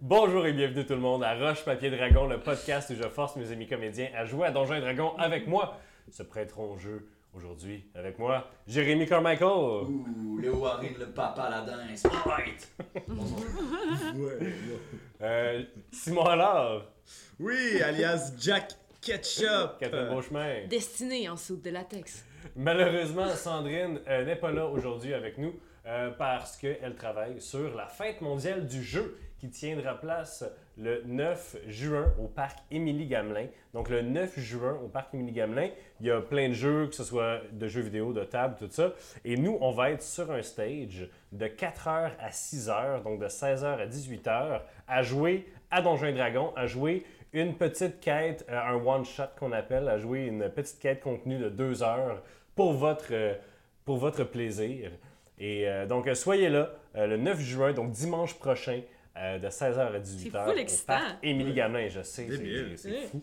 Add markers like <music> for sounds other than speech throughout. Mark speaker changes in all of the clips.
Speaker 1: Bonjour et bienvenue tout le monde à Roche Papier Dragon, le podcast où je force mes amis comédiens à jouer à Donjons et Dragons avec moi. Se prêteront au jeu aujourd'hui avec moi, Jérémy Carmichael.
Speaker 2: Ouh, Léo Warren, le papa la danse. Alright!
Speaker 3: Ouais.
Speaker 1: Euh, Simon Allard,
Speaker 3: Oui, alias Jack Ketchup.
Speaker 1: Catherine Beauchemin.
Speaker 4: Destiné en soupe de latex.
Speaker 1: Malheureusement, Sandrine euh, n'est pas là aujourd'hui avec nous euh, parce qu'elle travaille sur la fête mondiale du jeu qui tiendra place le 9 juin au parc Émilie-Gamelin. Donc le 9 juin au parc Émilie-Gamelin, il y a plein de jeux, que ce soit de jeux vidéo, de table, tout ça. Et nous, on va être sur un stage de 4h à 6h, donc de 16h à 18h, à jouer à Donjons et Dragons, à jouer une petite quête, euh, un one-shot qu'on appelle, à jouer une petite quête contenue de deux heures pour votre, euh, pour votre plaisir. Et euh, donc, euh, soyez là euh, le 9 juin, donc dimanche prochain, euh, de 16h à 18h.
Speaker 4: fou l'excitant.
Speaker 1: Émilie Gamelin, je sais, c'est-
Speaker 3: Débile.
Speaker 1: c'est fou.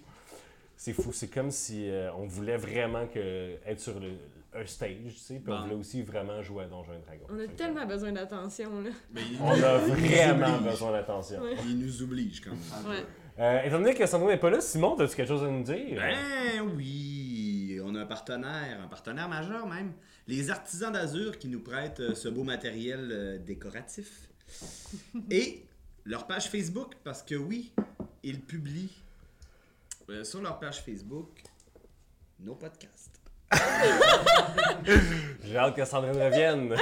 Speaker 1: C'est fou, c'est comme si euh, on voulait vraiment que, être sur le, un stage, tu sais, puis on
Speaker 2: Bon.
Speaker 1: voulait aussi vraiment jouer à Donjons et Dragons.
Speaker 4: On
Speaker 1: Fait
Speaker 4: a
Speaker 1: que,
Speaker 4: tellement besoin d'attention, là.
Speaker 3: Mais il,
Speaker 1: On a
Speaker 3: il nous
Speaker 1: vraiment
Speaker 3: oblige.
Speaker 1: besoin d'attention.
Speaker 4: Ouais.
Speaker 3: Il nous oblige quand même.
Speaker 4: Ouais.
Speaker 1: Euh, étant donné que Sandrine n'est pas là, Simon, as-tu quelque chose à nous dire?
Speaker 3: Ben oui, on a un partenaire, un partenaire majeur même. Les artisans d'Azur qui nous prêtent euh, ce beau matériel euh, décoratif. Et leur page Facebook, parce que oui, ils publient euh, sur leur page Facebook nos podcasts.
Speaker 1: J'ai hâte que Sandrine revienne.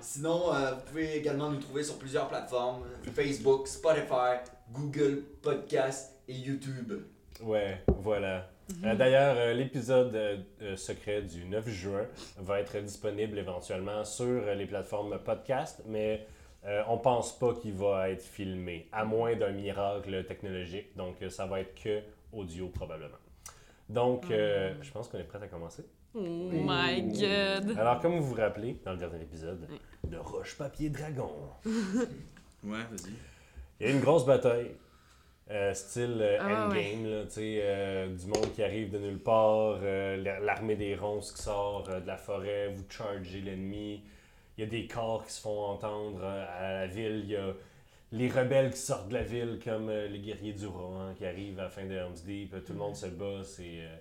Speaker 2: Sinon, euh, vous pouvez également nous trouver sur plusieurs plateformes Facebook, Spotify, Google Podcast et YouTube.
Speaker 1: Ouais, voilà. Euh, D'ailleurs, euh, l'épisode euh, euh, secret du 9 juin va être disponible éventuellement sur euh, les plateformes podcast, mais euh, on pense pas qu'il va être filmé, à moins d'un miracle technologique. Donc, euh, ça va être que audio probablement. Donc, euh, je pense qu'on est prêt à commencer.
Speaker 4: Oh my god.
Speaker 1: Alors, comme vous vous rappelez, dans le dernier épisode de Roche Papier Dragon,
Speaker 3: Ouais, vas-y.
Speaker 1: il y a une grosse bataille. euh, style euh,
Speaker 4: Ah,
Speaker 1: endgame, là, tu sais, euh, du monde qui arrive de nulle part, euh, la- l'armée des ronces qui sort euh, de la forêt, vous chargez l'ennemi. Il y a des corps qui se font entendre euh, à la ville. Il y a les rebelles qui sortent de la ville, comme euh, les guerriers du Rohan qui arrivent à la fin de Helm's Deep. euh, Tout le monde se bat. C'est euh,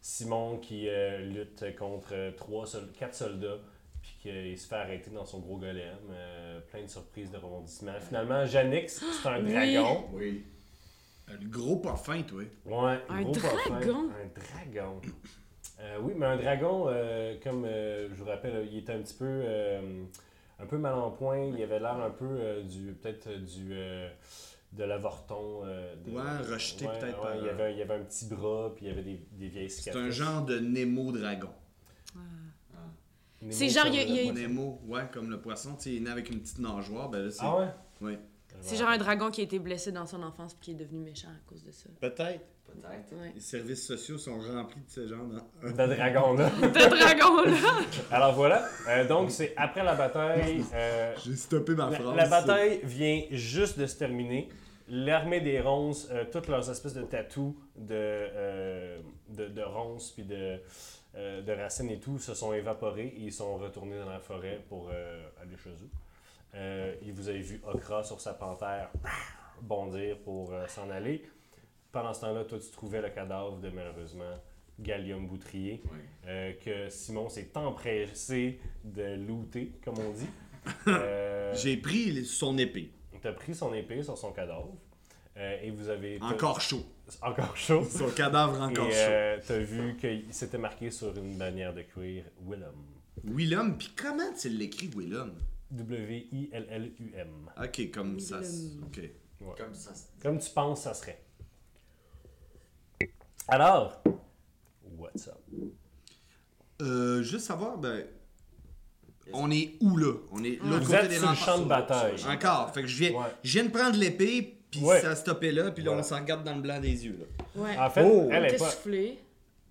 Speaker 1: Simon qui euh, lutte contre euh, trois sol- quatre soldats, puis qu'il se fait arrêter dans son gros golem. Euh, plein de surprises, de rebondissements. Finalement, Janix, c'est un
Speaker 4: Oui.
Speaker 1: dragon.
Speaker 2: Oui.
Speaker 3: Euh, Le gros pas fin, toi.
Speaker 1: Ouais,
Speaker 4: Un
Speaker 1: gros parfum.
Speaker 4: dragon?
Speaker 1: Un dragon. Euh, oui, mais un dragon, euh, comme euh, je vous rappelle, il était un petit peu, euh, un peu mal en point. Il avait l'air un peu euh, du, peut-être euh, du, euh, de l'avorton. euh, de-
Speaker 3: Ouais, rejeté
Speaker 1: Ouais,
Speaker 3: peut-être
Speaker 1: ouais,
Speaker 3: par
Speaker 1: il, y
Speaker 3: un-
Speaker 1: avait, il y avait un petit bras, puis il y avait des, des vieilles
Speaker 3: C'est
Speaker 1: cicatrices.
Speaker 3: un genre de Nemo dragon.
Speaker 1: Nemo
Speaker 4: C'est genre, il y a-
Speaker 1: comme
Speaker 4: il y a-
Speaker 1: le poisson.
Speaker 3: Nemo, ouais, comme le poisson, tu sais, il est né avec une petite nageoire, ben là, c'est.
Speaker 1: Ah ouais?
Speaker 3: Ouais.
Speaker 4: C'est genre un dragon qui a été blessé dans son enfance puis qui est devenu méchant à cause de ça.
Speaker 3: Peut-être.
Speaker 2: Peut-être.
Speaker 4: <laughs> Ouais.
Speaker 3: Les services sociaux sont remplis de <laughs> ce genre de.
Speaker 1: De dragon, là.
Speaker 4: De dragon, là!
Speaker 1: Alors voilà, Euh, donc c'est après la bataille. euh,
Speaker 3: J'ai stoppé ma
Speaker 1: La-
Speaker 3: phrase.
Speaker 1: La, bataille vient juste de se terminer. L'armée des ronces, euh, toutes leurs espèces de tatous de, euh, de, de ronces puis de, euh, de racines et tout se sont évaporés et ils sont retournés dans la forêt pour euh, aller chez eux. Euh, et vous avez vu Okra sur sa panthère bondir pour euh, s'en aller. Pendant ce temps-là, toi, tu trouvais le cadavre de malheureusement Gallium Boutrier
Speaker 2: Oui.
Speaker 1: euh, que Simon s'est empressé de looter, comme on dit.
Speaker 3: <laughs>
Speaker 1: Euh,
Speaker 3: J'ai pris les- son épée.
Speaker 1: T'as pris son épée sur son cadavre euh, et vous avez. t'as-
Speaker 3: Encore chaud.
Speaker 1: Encore chaud.
Speaker 3: Son cadavre
Speaker 1: et
Speaker 3: encore chaud.
Speaker 1: euh, t'as vu qu'il s'était marqué sur une bannière de cuir Willem.
Speaker 3: Willem, pis comment tu l'écris, Willem
Speaker 1: W-I-L-L-U-M.
Speaker 3: Ok, comme ça. s-
Speaker 4: Willem.
Speaker 3: Ok.
Speaker 2: Comme ça. c'est-
Speaker 1: Comme tu penses, ça serait. Alors, what's up?
Speaker 3: Euh, juste savoir, ben. On est où là On
Speaker 4: Ah.
Speaker 3: est l'autre
Speaker 1: Vous
Speaker 3: côté
Speaker 1: êtes
Speaker 3: des
Speaker 1: sur le
Speaker 3: remparts.
Speaker 1: champ de bataille.
Speaker 3: Encore. Fait que je viens,
Speaker 1: Ouais.
Speaker 3: je viens de prendre l'épée, puis
Speaker 1: Ouais.
Speaker 3: ça a stoppé là, puis là,
Speaker 1: Voilà.
Speaker 3: on s'en regarde dans le blanc des yeux. Là.
Speaker 4: Ouais.
Speaker 1: En fait,
Speaker 3: Oh!
Speaker 1: elle est
Speaker 4: T'es
Speaker 1: pas.
Speaker 4: soufflé.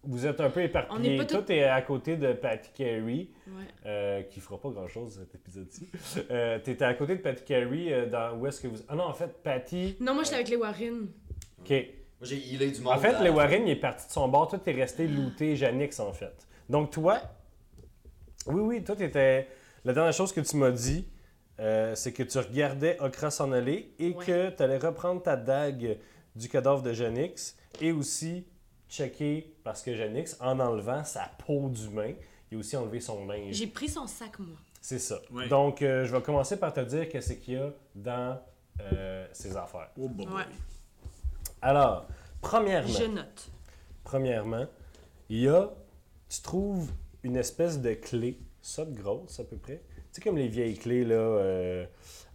Speaker 1: Vous êtes un peu
Speaker 4: On est
Speaker 1: éparpillés.
Speaker 4: pas tout-
Speaker 1: Tout est à côté de Patty Carey.
Speaker 4: Ouais.
Speaker 1: euh, qui fera pas grand chose cet épisode-ci. Euh, T'étais à côté de Patty Carey, euh, dans où est-ce que vous. Ah non, en fait, Patty.
Speaker 4: Non, moi, j'étais avec les Warren.
Speaker 1: Ok.
Speaker 2: Moi, j'ai healé du monde.
Speaker 1: En fait,
Speaker 2: dans-
Speaker 1: le Warren, il est parti de son bord. Toi, t'es resté looté, Janix, en fait. Donc, toi, oui, oui, toi, t'étais. La dernière chose que tu m'as dit, euh, c'est que tu regardais Okra s'en aller et
Speaker 4: Ouais.
Speaker 1: que tu allais reprendre ta dague du cadavre de Janix et aussi checker, parce que Janix, en enlevant sa peau d'humain, il a aussi enlevé son linge.
Speaker 4: J'ai pris son sac, moi.
Speaker 1: C'est ça.
Speaker 3: Ouais.
Speaker 1: Donc, euh, je vais commencer par te dire qu'est-ce qu'il y a dans euh, ses affaires.
Speaker 3: Oh, boy.
Speaker 4: Ouais.
Speaker 1: Alors, premièrement,
Speaker 4: Je note.
Speaker 1: premièrement, il y a, tu trouves une espèce de clé, ça de grosse à peu près. Tu sais, comme les vieilles clés, là, euh,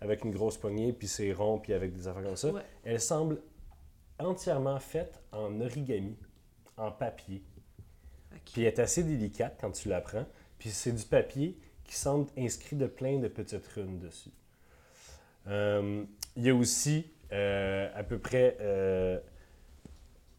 Speaker 1: avec une grosse poignée, puis c'est rond, puis avec des affaires comme ça.
Speaker 4: Ouais.
Speaker 1: Elle semble entièrement faite en origami, en papier.
Speaker 4: Ok.
Speaker 1: Puis elle est assez délicate quand tu la prends. Puis c'est du papier qui semble inscrit de plein de petites runes dessus. Euh, Il y a aussi euh, à peu près. Euh...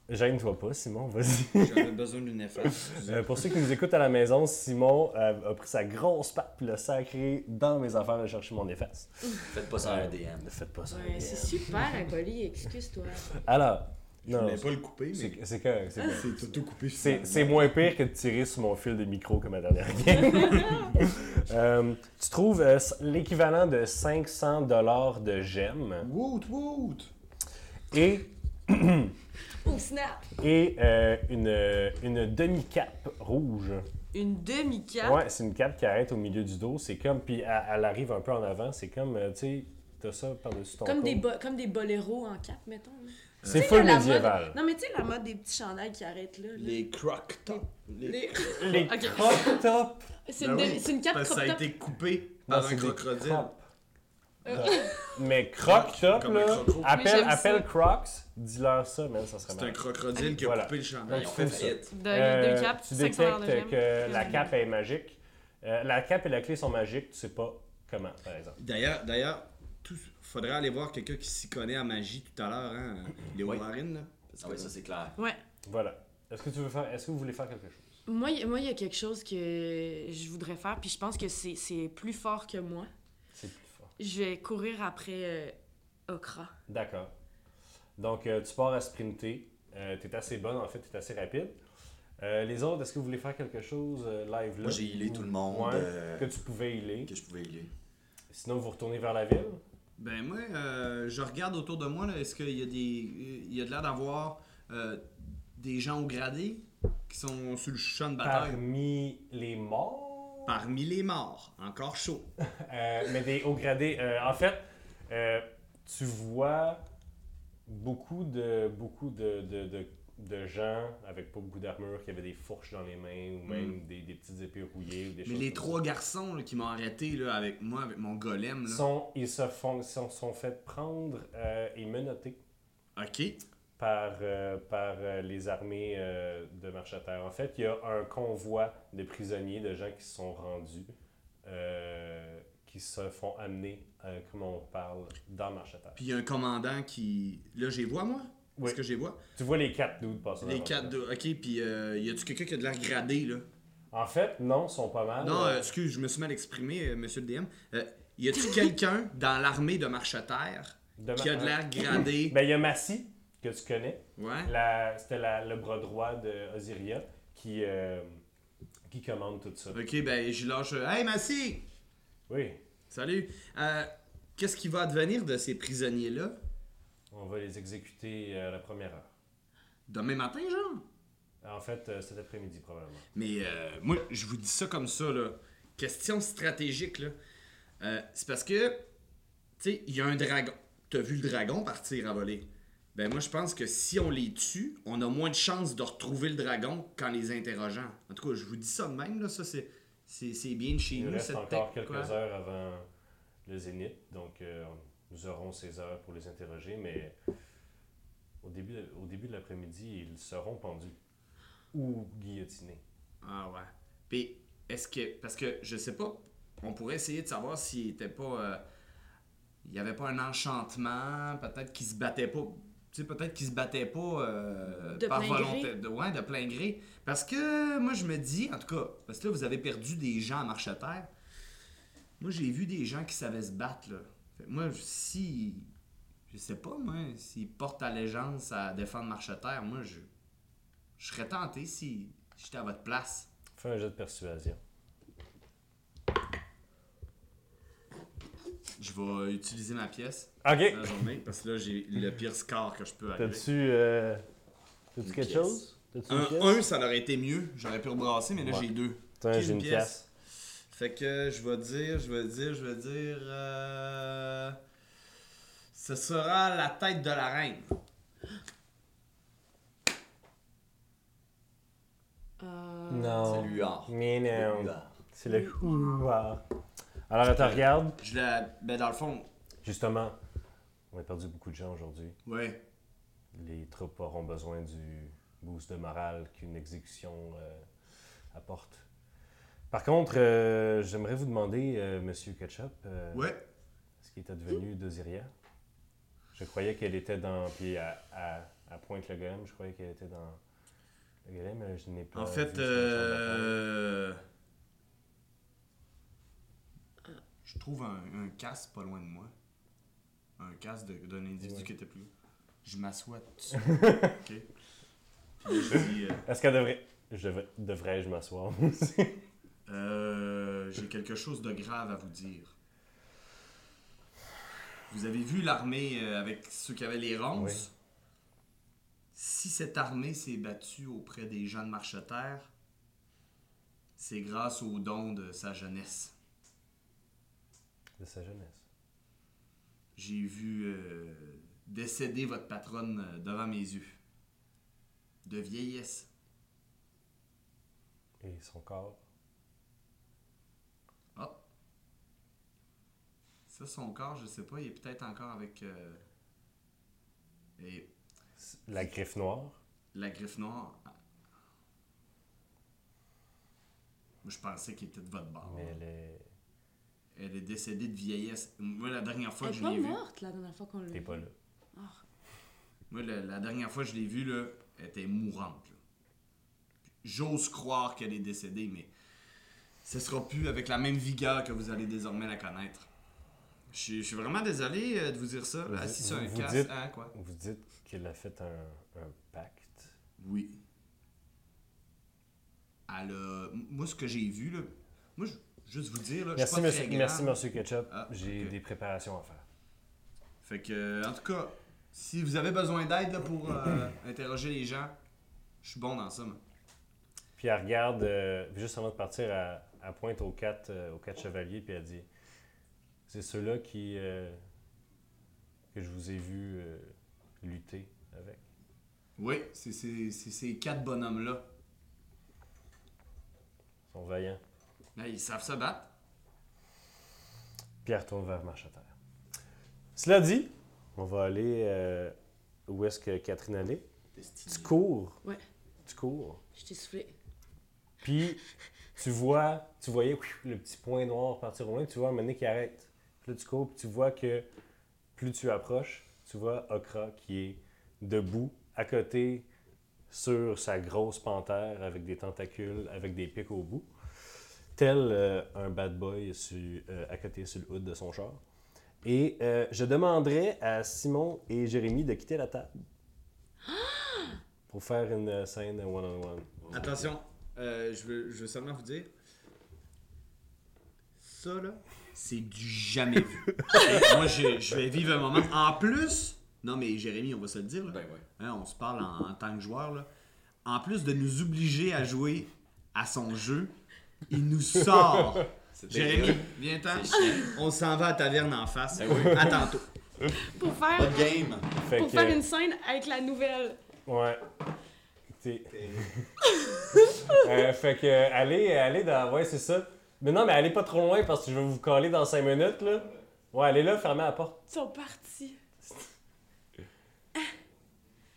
Speaker 1: Gêne-toi pas, Simon, vas-y.
Speaker 3: J'avais besoin d'une <laughs> efface.
Speaker 1: Euh, pour ceux qui nous écoutent à la maison, Simon euh, a pris sa grosse patte puis l'a sacré dans mes affaires de chercher mon efface.
Speaker 2: Faites pas ça en DM.
Speaker 1: Ne faites pas ça.
Speaker 4: Ouais, c'est super impoli, excuse-toi.
Speaker 1: Alors,
Speaker 3: Je
Speaker 1: non,
Speaker 3: voulais pas le couper, mais
Speaker 1: c'est c'est correct,
Speaker 4: <laughs>
Speaker 1: c'est correct.
Speaker 3: c'est tout, tout coupé.
Speaker 1: C'est
Speaker 3: finalement.
Speaker 1: c'est moins pire que de tirer sur mon fil de micro comme à la dernière game.
Speaker 3: <laughs>
Speaker 1: Euh, tu trouves euh, c- l'équivalent de 500 dollars de gemmes
Speaker 3: Woot, woot!
Speaker 1: et,
Speaker 4: Oh, snap!
Speaker 1: et euh, une, une demi-cape rouge.
Speaker 4: Une demi-cape.
Speaker 1: Ouais, c'est une cape qui arrête au milieu du dos. C'est comme, puis elle, elle arrive un peu en avant. C'est comme, euh, tu sais, t'as ça par-dessus ton
Speaker 4: Comme
Speaker 1: cou.
Speaker 4: des, bo- comme des boléros en cape, mettons. là.
Speaker 1: Oh. C'est
Speaker 4: Tu sais,
Speaker 1: full
Speaker 4: la
Speaker 1: médiéval.
Speaker 4: mode- Non, mais tu sais, la mode des petits chandails qui arrêtent là. là.
Speaker 3: Les croc top. Les-
Speaker 4: Les-
Speaker 1: Les
Speaker 4: Ok.
Speaker 1: crop top.
Speaker 4: C'est
Speaker 3: Ben
Speaker 4: une,
Speaker 3: oui,
Speaker 4: demi- c'est une cape
Speaker 3: Parce que
Speaker 4: crop
Speaker 3: ça a
Speaker 4: top.
Speaker 3: été coupé
Speaker 1: Non,
Speaker 3: par
Speaker 1: c'est
Speaker 3: un
Speaker 1: des
Speaker 3: crocodile.
Speaker 1: crop. Mais croc top,
Speaker 3: Comme un
Speaker 1: là,
Speaker 3: croco.
Speaker 4: Mais
Speaker 1: appelle,
Speaker 4: j'aime
Speaker 1: appelle
Speaker 4: ça.
Speaker 1: Crocs, dis-leur ça, man, ça serait
Speaker 3: C'est
Speaker 1: marrant.
Speaker 3: un crocodile qui a
Speaker 1: Voilà.
Speaker 3: coupé le
Speaker 1: Ouais,
Speaker 3: chandail.
Speaker 2: Ils ont
Speaker 1: tu
Speaker 2: fait
Speaker 1: trouves ça.
Speaker 2: faillite.
Speaker 4: De,
Speaker 1: Euh,
Speaker 4: de cape,
Speaker 1: tu
Speaker 4: 500
Speaker 1: détectes
Speaker 4: de gemme.
Speaker 1: que la cape est magique. Euh, la cape et la clé sont magiques, tu sais pas comment, par exemple.
Speaker 3: D'ailleurs, d'ailleurs, tout... faudrait aller voir quelqu'un qui s'y connaît en magie tout à l'heure, hein? Les
Speaker 2: Oui.
Speaker 3: Warren, là. Parce
Speaker 2: Ah
Speaker 3: que-
Speaker 2: oui, ça c'est clair.
Speaker 4: Ouais.
Speaker 1: Voilà. Est-ce que tu veux faire Est-ce que vous voulez faire quelque chose
Speaker 4: Moi, il moi, il y a quelque chose que je voudrais faire, puis je pense que c'est c'est plus fort que moi.
Speaker 1: C'est plus fort.
Speaker 4: Je vais courir après euh, Okra.
Speaker 1: D'accord. Donc euh, tu pars à sprinter. Euh, t'es assez bonne en fait, t'es assez rapide. Euh, les autres, est-ce que vous voulez faire quelque chose euh, live là
Speaker 2: Moi j'ai healé tout le monde.
Speaker 1: Ouais.
Speaker 2: euh,
Speaker 1: Que tu pouvais healer.
Speaker 2: que je pouvais healer.
Speaker 1: Sinon, vous retournez vers la ville.
Speaker 3: Ben moi, euh, je regarde autour de moi, là, est-ce qu'il y a des. Il y a de l'air d'avoir euh, des gens au gradé qui sont sur le champ de bataille.
Speaker 1: Parmi les morts.
Speaker 3: Parmi les morts, encore chaud.
Speaker 1: Euh, mais des hauts gradés. euh, en fait, euh, tu vois beaucoup de beaucoup de, de- de- de gens avec pas beaucoup d'armure qui avaient des fourches dans les mains ou même
Speaker 2: Hmm.
Speaker 1: des, des petites épées rouillées ou des
Speaker 3: Mais
Speaker 1: choses
Speaker 3: les
Speaker 1: comme
Speaker 3: trois garçons là, qui m'ont arrêté là, avec moi, avec mon golem,
Speaker 1: ça.
Speaker 3: là.
Speaker 1: Sont, ils se font, sont, sont fait prendre euh, et menottés
Speaker 3: Ok.
Speaker 1: par, euh, par euh, les armées euh, de marchataires. En fait, il y a un convoi de prisonniers, de gens qui se sont rendus, euh, qui se font amener, euh, comme on parle, dans marchataires.
Speaker 3: Puis il y a un commandant qui. Là, j'ai vois, moi.
Speaker 1: Oui.
Speaker 3: Est-ce que j'ai vois?
Speaker 1: Tu vois les quatre dudes passer
Speaker 3: Les
Speaker 1: devant
Speaker 3: quatre,
Speaker 1: toi.
Speaker 3: deux. Ok, puis euh, y a-tu quelqu'un qui a de l'air gradé, là?
Speaker 1: En fait, non, ils sont pas mal.
Speaker 3: Non, euh, excuse, je me suis mal exprimé, euh, monsieur le DM. Euh, y a-tu <laughs> quelqu'un dans l'armée de marchataires
Speaker 1: De ma-
Speaker 3: qui a de l'air gradé?
Speaker 1: <coughs> Ben, il y a Massy, que tu connais.
Speaker 3: Ouais.
Speaker 1: La- C'était la- le bras droit de Osiria qui, euh, qui commande tout ça.
Speaker 3: Ok, ben je lâche. euh, Hey Massy!
Speaker 1: Oui,
Speaker 3: Salut! Euh, Qu'est-ce qui va advenir de ces prisonniers-là?
Speaker 1: on va les exécuter à la première heure.
Speaker 3: Demain matin, genre?
Speaker 1: En fait, euh, cet après-midi, probablement.
Speaker 3: Mais euh, moi, je vous dis ça comme ça, là. Question stratégique, là. Euh, c'est parce que, tu sais, il y a un dragon. T'as vu le dragon partir à voler? Ben moi, je pense que si on les tue, on a moins de chances de retrouver le dragon qu'en les interrogeant. En tout cas, je vous dis ça de même, là. Ça, c'est, c'est, c'est bien de chez
Speaker 1: Il
Speaker 3: nous,
Speaker 1: reste
Speaker 3: cette
Speaker 1: encore
Speaker 3: tech,
Speaker 1: quelques
Speaker 3: quoi.
Speaker 1: heures avant le zénith, donc euh, nous aurons ces heures pour les interroger, mais au début, de- au début de l'après-midi, ils seront pendus ou guillotinés.
Speaker 3: Ah ouais. Puis est-ce que parce que je sais pas, on pourrait essayer de savoir s'il était pas euh, il y avait pas un enchantement, peut-être qu'il se battait pas, tu sais peut-être qu'il se battait pas euh,
Speaker 4: De
Speaker 3: par
Speaker 4: plein
Speaker 3: volonté
Speaker 4: gré.
Speaker 3: de ouais, de plein gré parce que moi je me dis en tout cas parce que là vous avez perdu des gens à marche à terre. Moi j'ai vu des gens qui savaient se battre là. Fait que moi si je sais pas moi s'ils portent allégeance à défendre marche à terre, moi je je serais tenté si j'étais à votre place.
Speaker 1: Fais un jet de persuasion.
Speaker 3: Je vais utiliser ma pièce
Speaker 1: Ok.
Speaker 3: dans la journée parce que là, j'ai le pire score que je peux arriver.
Speaker 1: T'as-tu. euh, T'as-tu
Speaker 3: Une
Speaker 1: quelque
Speaker 3: pièce.
Speaker 1: chose? T'as-tu une
Speaker 3: Un
Speaker 1: pièce?
Speaker 3: 1, ça aurait été mieux. J'aurais pu rebrasser, mais là,
Speaker 1: Ouais.
Speaker 3: j'ai deux.
Speaker 1: Putain,
Speaker 3: Ok,
Speaker 1: j'ai une pièce.
Speaker 3: Fait que je vais dire, je vais dire, je vais dire. euh, Ce sera la tête de la reine.
Speaker 4: Euh,
Speaker 2: C'est
Speaker 1: Non.
Speaker 2: lui, ah.
Speaker 1: Mais non.
Speaker 2: Lui, ah.
Speaker 1: C'est le ouah. Alors, elle te regarde.
Speaker 3: Je la. Ben, dans le fond,
Speaker 1: Justement, on a perdu beaucoup de gens aujourd'hui.
Speaker 3: ouais.
Speaker 1: Les troupes auront besoin du boost de morale qu'une exécution euh, apporte. Par contre, euh, j'aimerais vous demander, euh, Monsieur Ketchup, euh,
Speaker 3: Ouais.
Speaker 1: ce qui est advenu d'Osiria. Je croyais qu'elle était dans. Puis à, pointe le golem, je croyais qu'elle était dans. Le golem, euh, je n'ai pas.
Speaker 3: En
Speaker 1: vu
Speaker 3: fait,
Speaker 1: son
Speaker 3: euh. Je trouve un, un casque pas loin de moi. Un casque de- d'un individu
Speaker 1: Ouais.
Speaker 3: qui était plus. haut. Je m'assois dessus. ok. Puis je dis.
Speaker 1: champ
Speaker 3: euh,
Speaker 1: d'affaires. Est-ce qu'elle devrait. Je devrais- devrais-je m'asseoir <laughs> aussi?
Speaker 3: Euh, j'ai quelque chose de grave à vous dire. Vous avez vu l'armée euh, avec ceux qui avaient les ronces?
Speaker 1: Oui.
Speaker 3: Si cette armée s'est battue auprès des gens de Marcheterre, c'est grâce aux dons de sa jeunesse.
Speaker 1: De sa jeunesse.
Speaker 3: J'ai vu euh, décéder votre patronne euh, devant mes yeux. De vieillesse.
Speaker 1: Et son corps.
Speaker 3: Ah! Ça, son corps, je sais pas, il est peut-être encore avec... euh, et-
Speaker 1: La griffe noire.
Speaker 3: La griffe noire. ah. Moi, Je pensais qu'il était de votre bord.
Speaker 1: Mais elle est.
Speaker 3: Elle est décédée de vieillesse. Moi, la dernière fois
Speaker 4: Elle
Speaker 3: que
Speaker 4: est
Speaker 3: je
Speaker 4: pas
Speaker 3: l'ai vue.
Speaker 4: morte la dernière fois qu'on l'a
Speaker 1: T'es
Speaker 4: vue.
Speaker 1: pas là.
Speaker 4: Ah.
Speaker 3: Moi, la, la dernière fois que je l'ai vue, là, elle était mourante. là. J'ose croire qu'elle est décédée, mais ce sera plus avec la même vigueur que vous allez désormais la connaître. Je suis- je suis vraiment désolé euh, de vous dire ça. là,
Speaker 1: Vous-
Speaker 3: assis sur un
Speaker 1: vous
Speaker 3: casque,
Speaker 1: dites-
Speaker 3: hein, quoi.
Speaker 1: Vous dites qu'elle a fait un, un pacte.
Speaker 3: Oui. Elle a- Moi, ce que j'ai vu, là. Moi, je- juste vous dire, là. je
Speaker 1: Merci,
Speaker 3: suis pas très
Speaker 1: monsieur,
Speaker 3: grand.
Speaker 1: merci, monsieur Ketchup.
Speaker 3: Ah,
Speaker 1: J'ai
Speaker 3: ok.
Speaker 1: des préparations à faire.
Speaker 3: Fait que, euh, en tout cas, si vous avez besoin d'aide, là,
Speaker 1: <clears throat>
Speaker 3: pour euh, interroger les gens, je suis bon dans ça, moi.
Speaker 1: Puis elle regarde, euh, juste avant de partir, elle, elle pointe aux quatre, euh, aux quatre chevaliers, puis elle dit C'est ceux-là qui, euh, que je vous ai vu euh, lutter avec.
Speaker 3: Oui, c'est c'est- c'est ces quatre bonhommes-là.
Speaker 1: Ils sont vaillants.
Speaker 3: Là, Ben, ils savent se battre.
Speaker 1: Puis elle retourne vers Marche à terre. Cela dit, on va aller euh, où est-ce que Catherine allait. Tu
Speaker 2: Destiné.
Speaker 1: cours.
Speaker 4: Ouais.
Speaker 1: Tu cours.
Speaker 4: Je t'ai soufflé.
Speaker 1: Puis tu vois, tu voyais le petit point noir partir au loin, tu vois un moment donné qui arrête. Puis là, tu cours, puis tu vois que plus tu approches, tu vois Okra qui est debout, à côté, sur sa grosse panthère avec des tentacules, avec des pics au bout, tel euh, un bad boy su- euh, à côté sur le hood de son char. Et euh, je demanderai à Simon et Jérémy de quitter la
Speaker 4: <gasps>
Speaker 1: table pour faire une euh, scène one-on-one.
Speaker 3: Attention, euh, je, veux, je veux seulement vous dire. Ça, là, c'est du jamais vu. <laughs> Moi, je, je vais vivre un moment. En plus, non, mais Jérémy, on va se le dire, là.
Speaker 2: Ben ouais.
Speaker 3: Hein, on se parle en, en tant que joueur. Là. En plus de nous obliger à jouer à son jeu, il nous <laughs> sort.
Speaker 2: C'est
Speaker 3: Jérémy,
Speaker 2: terrible.
Speaker 3: viens-t'en.
Speaker 2: C'est chiant.
Speaker 3: On s'en va à taverne en face.
Speaker 2: Ben oui.
Speaker 3: À tantôt.
Speaker 4: Pour faire,
Speaker 2: Pas de game.
Speaker 1: Fait
Speaker 4: pour
Speaker 1: que-
Speaker 4: faire une scène avec la nouvelle.
Speaker 1: Ouais. T'es-
Speaker 2: Terrible.
Speaker 1: <laughs> Euh, fait que, euh, allez, allez dans. Ouais, c'est ça. Mais non, mais allez pas trop loin parce que je vais vous coller dans 5 minutes, là. Ouais, allez là, fermez la porte.
Speaker 4: Ils sont partis.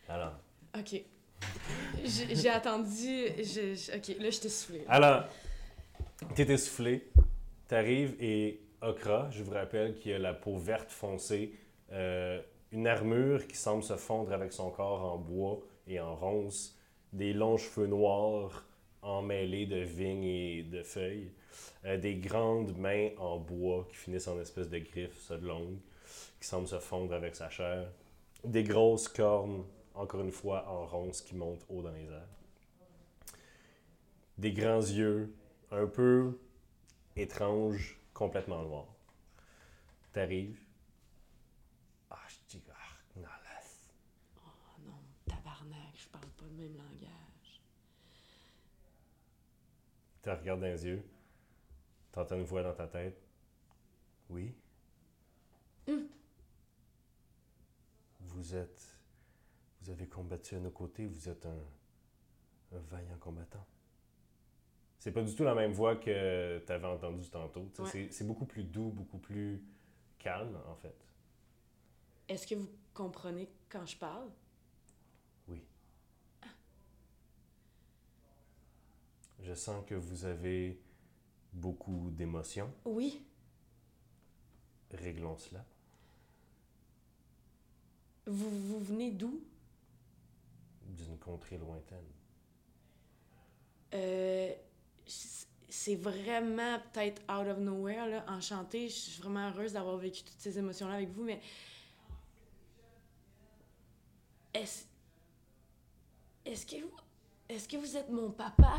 Speaker 1: Alors.
Speaker 4: Ok. J'ai j'ai <laughs> attendu. je- je- ok, là, je t'ai soufflé.
Speaker 1: Alors, t'es essoufflé, t'arrives et Okra, je vous rappelle, qui a la peau verte foncée, euh, une armure qui semble se fondre avec son corps en bois et en ronces, des longs cheveux noirs emmêlés de vignes et de feuilles, euh, des grandes mains en bois qui finissent en espèce de griffes, ça de longues, qui semblent se fondre avec sa chair, des grosses cornes, encore une fois en ronces, qui montent haut dans les airs des grands yeux, un peu étranges, complètement noirs. T'arrives. Ah, je dis, ah, non, là, c'est-
Speaker 5: Oh non, tabarnak, je parle pas le même langage.
Speaker 1: T'as regardes dans les yeux. T'entends une voix dans ta tête. Oui. Vous êtes. Vous avez combattu à nos côtés, vous êtes un. un vaillant combattant. C'est pas du tout la même voix que t'avais entendue tantôt. tu sais,
Speaker 5: Ouais.
Speaker 1: c'est- C'est beaucoup plus doux, beaucoup plus calme, en fait.
Speaker 5: Est-ce que vous comprenez quand je parle?
Speaker 1: Oui. Je sens que vous avez beaucoup d'émotions.
Speaker 5: Oui.
Speaker 1: Réglons cela.
Speaker 5: Vous, vous venez d'où?
Speaker 1: d'une contrée lointaine.
Speaker 5: Euh, c- c'est vraiment peut-être out of nowhere, là, enchantée. Je suis vraiment heureuse d'avoir vécu toutes ces émotions-là avec vous, mais. Est-ce. Est-ce que vous. Est-ce que vous êtes mon papa?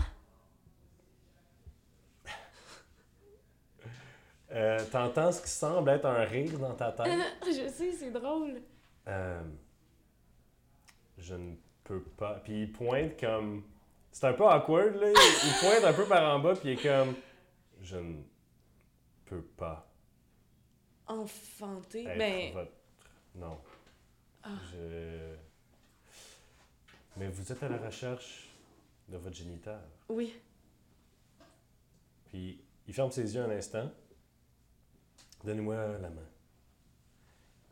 Speaker 1: Euh, T'entends ce qui semble être un rire dans ta
Speaker 5: Euh.
Speaker 1: tête.
Speaker 5: <laughs> je sais, c'est drôle.
Speaker 1: Euh, je ne peux pas. Puis il pointe comme. C'est un peu awkward, là. Il il pointe un peu par en bas, puis il est comme. Je ne peux pas
Speaker 5: Enfanté.
Speaker 1: être
Speaker 5: Ben.
Speaker 1: votre. Non. Je. Mais vous êtes à la recherche de votre géniteur.
Speaker 5: Oui.
Speaker 1: Puis il ferme ses yeux un instant. Donnez-moi la main.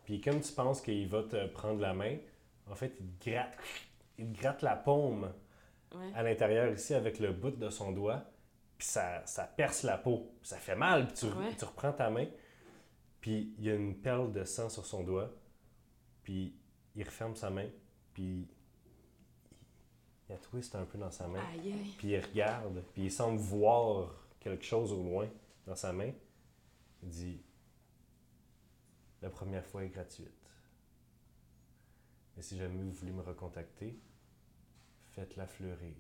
Speaker 1: Puis comme tu penses qu'il va te prendre la main, en fait, il te gratte. Il te gratte la paume
Speaker 5: Ouais.
Speaker 1: à l'intérieur ici avec le bout de son doigt. Puis ça, ça perce la peau. Puis ça fait mal. Puis tu,
Speaker 5: Ouais.
Speaker 1: tu reprends ta main. Puis il y a une perle de sang sur son doigt. Puis il referme sa main. Puis il, il la twiste un peu dans sa main
Speaker 5: Aïe, aïe.
Speaker 1: puis il regarde, puis il semble voir quelque chose au loin dans sa main. Il dit La première fois est gratuite. Mais si jamais vous voulez me recontacter, faites-la fleurir.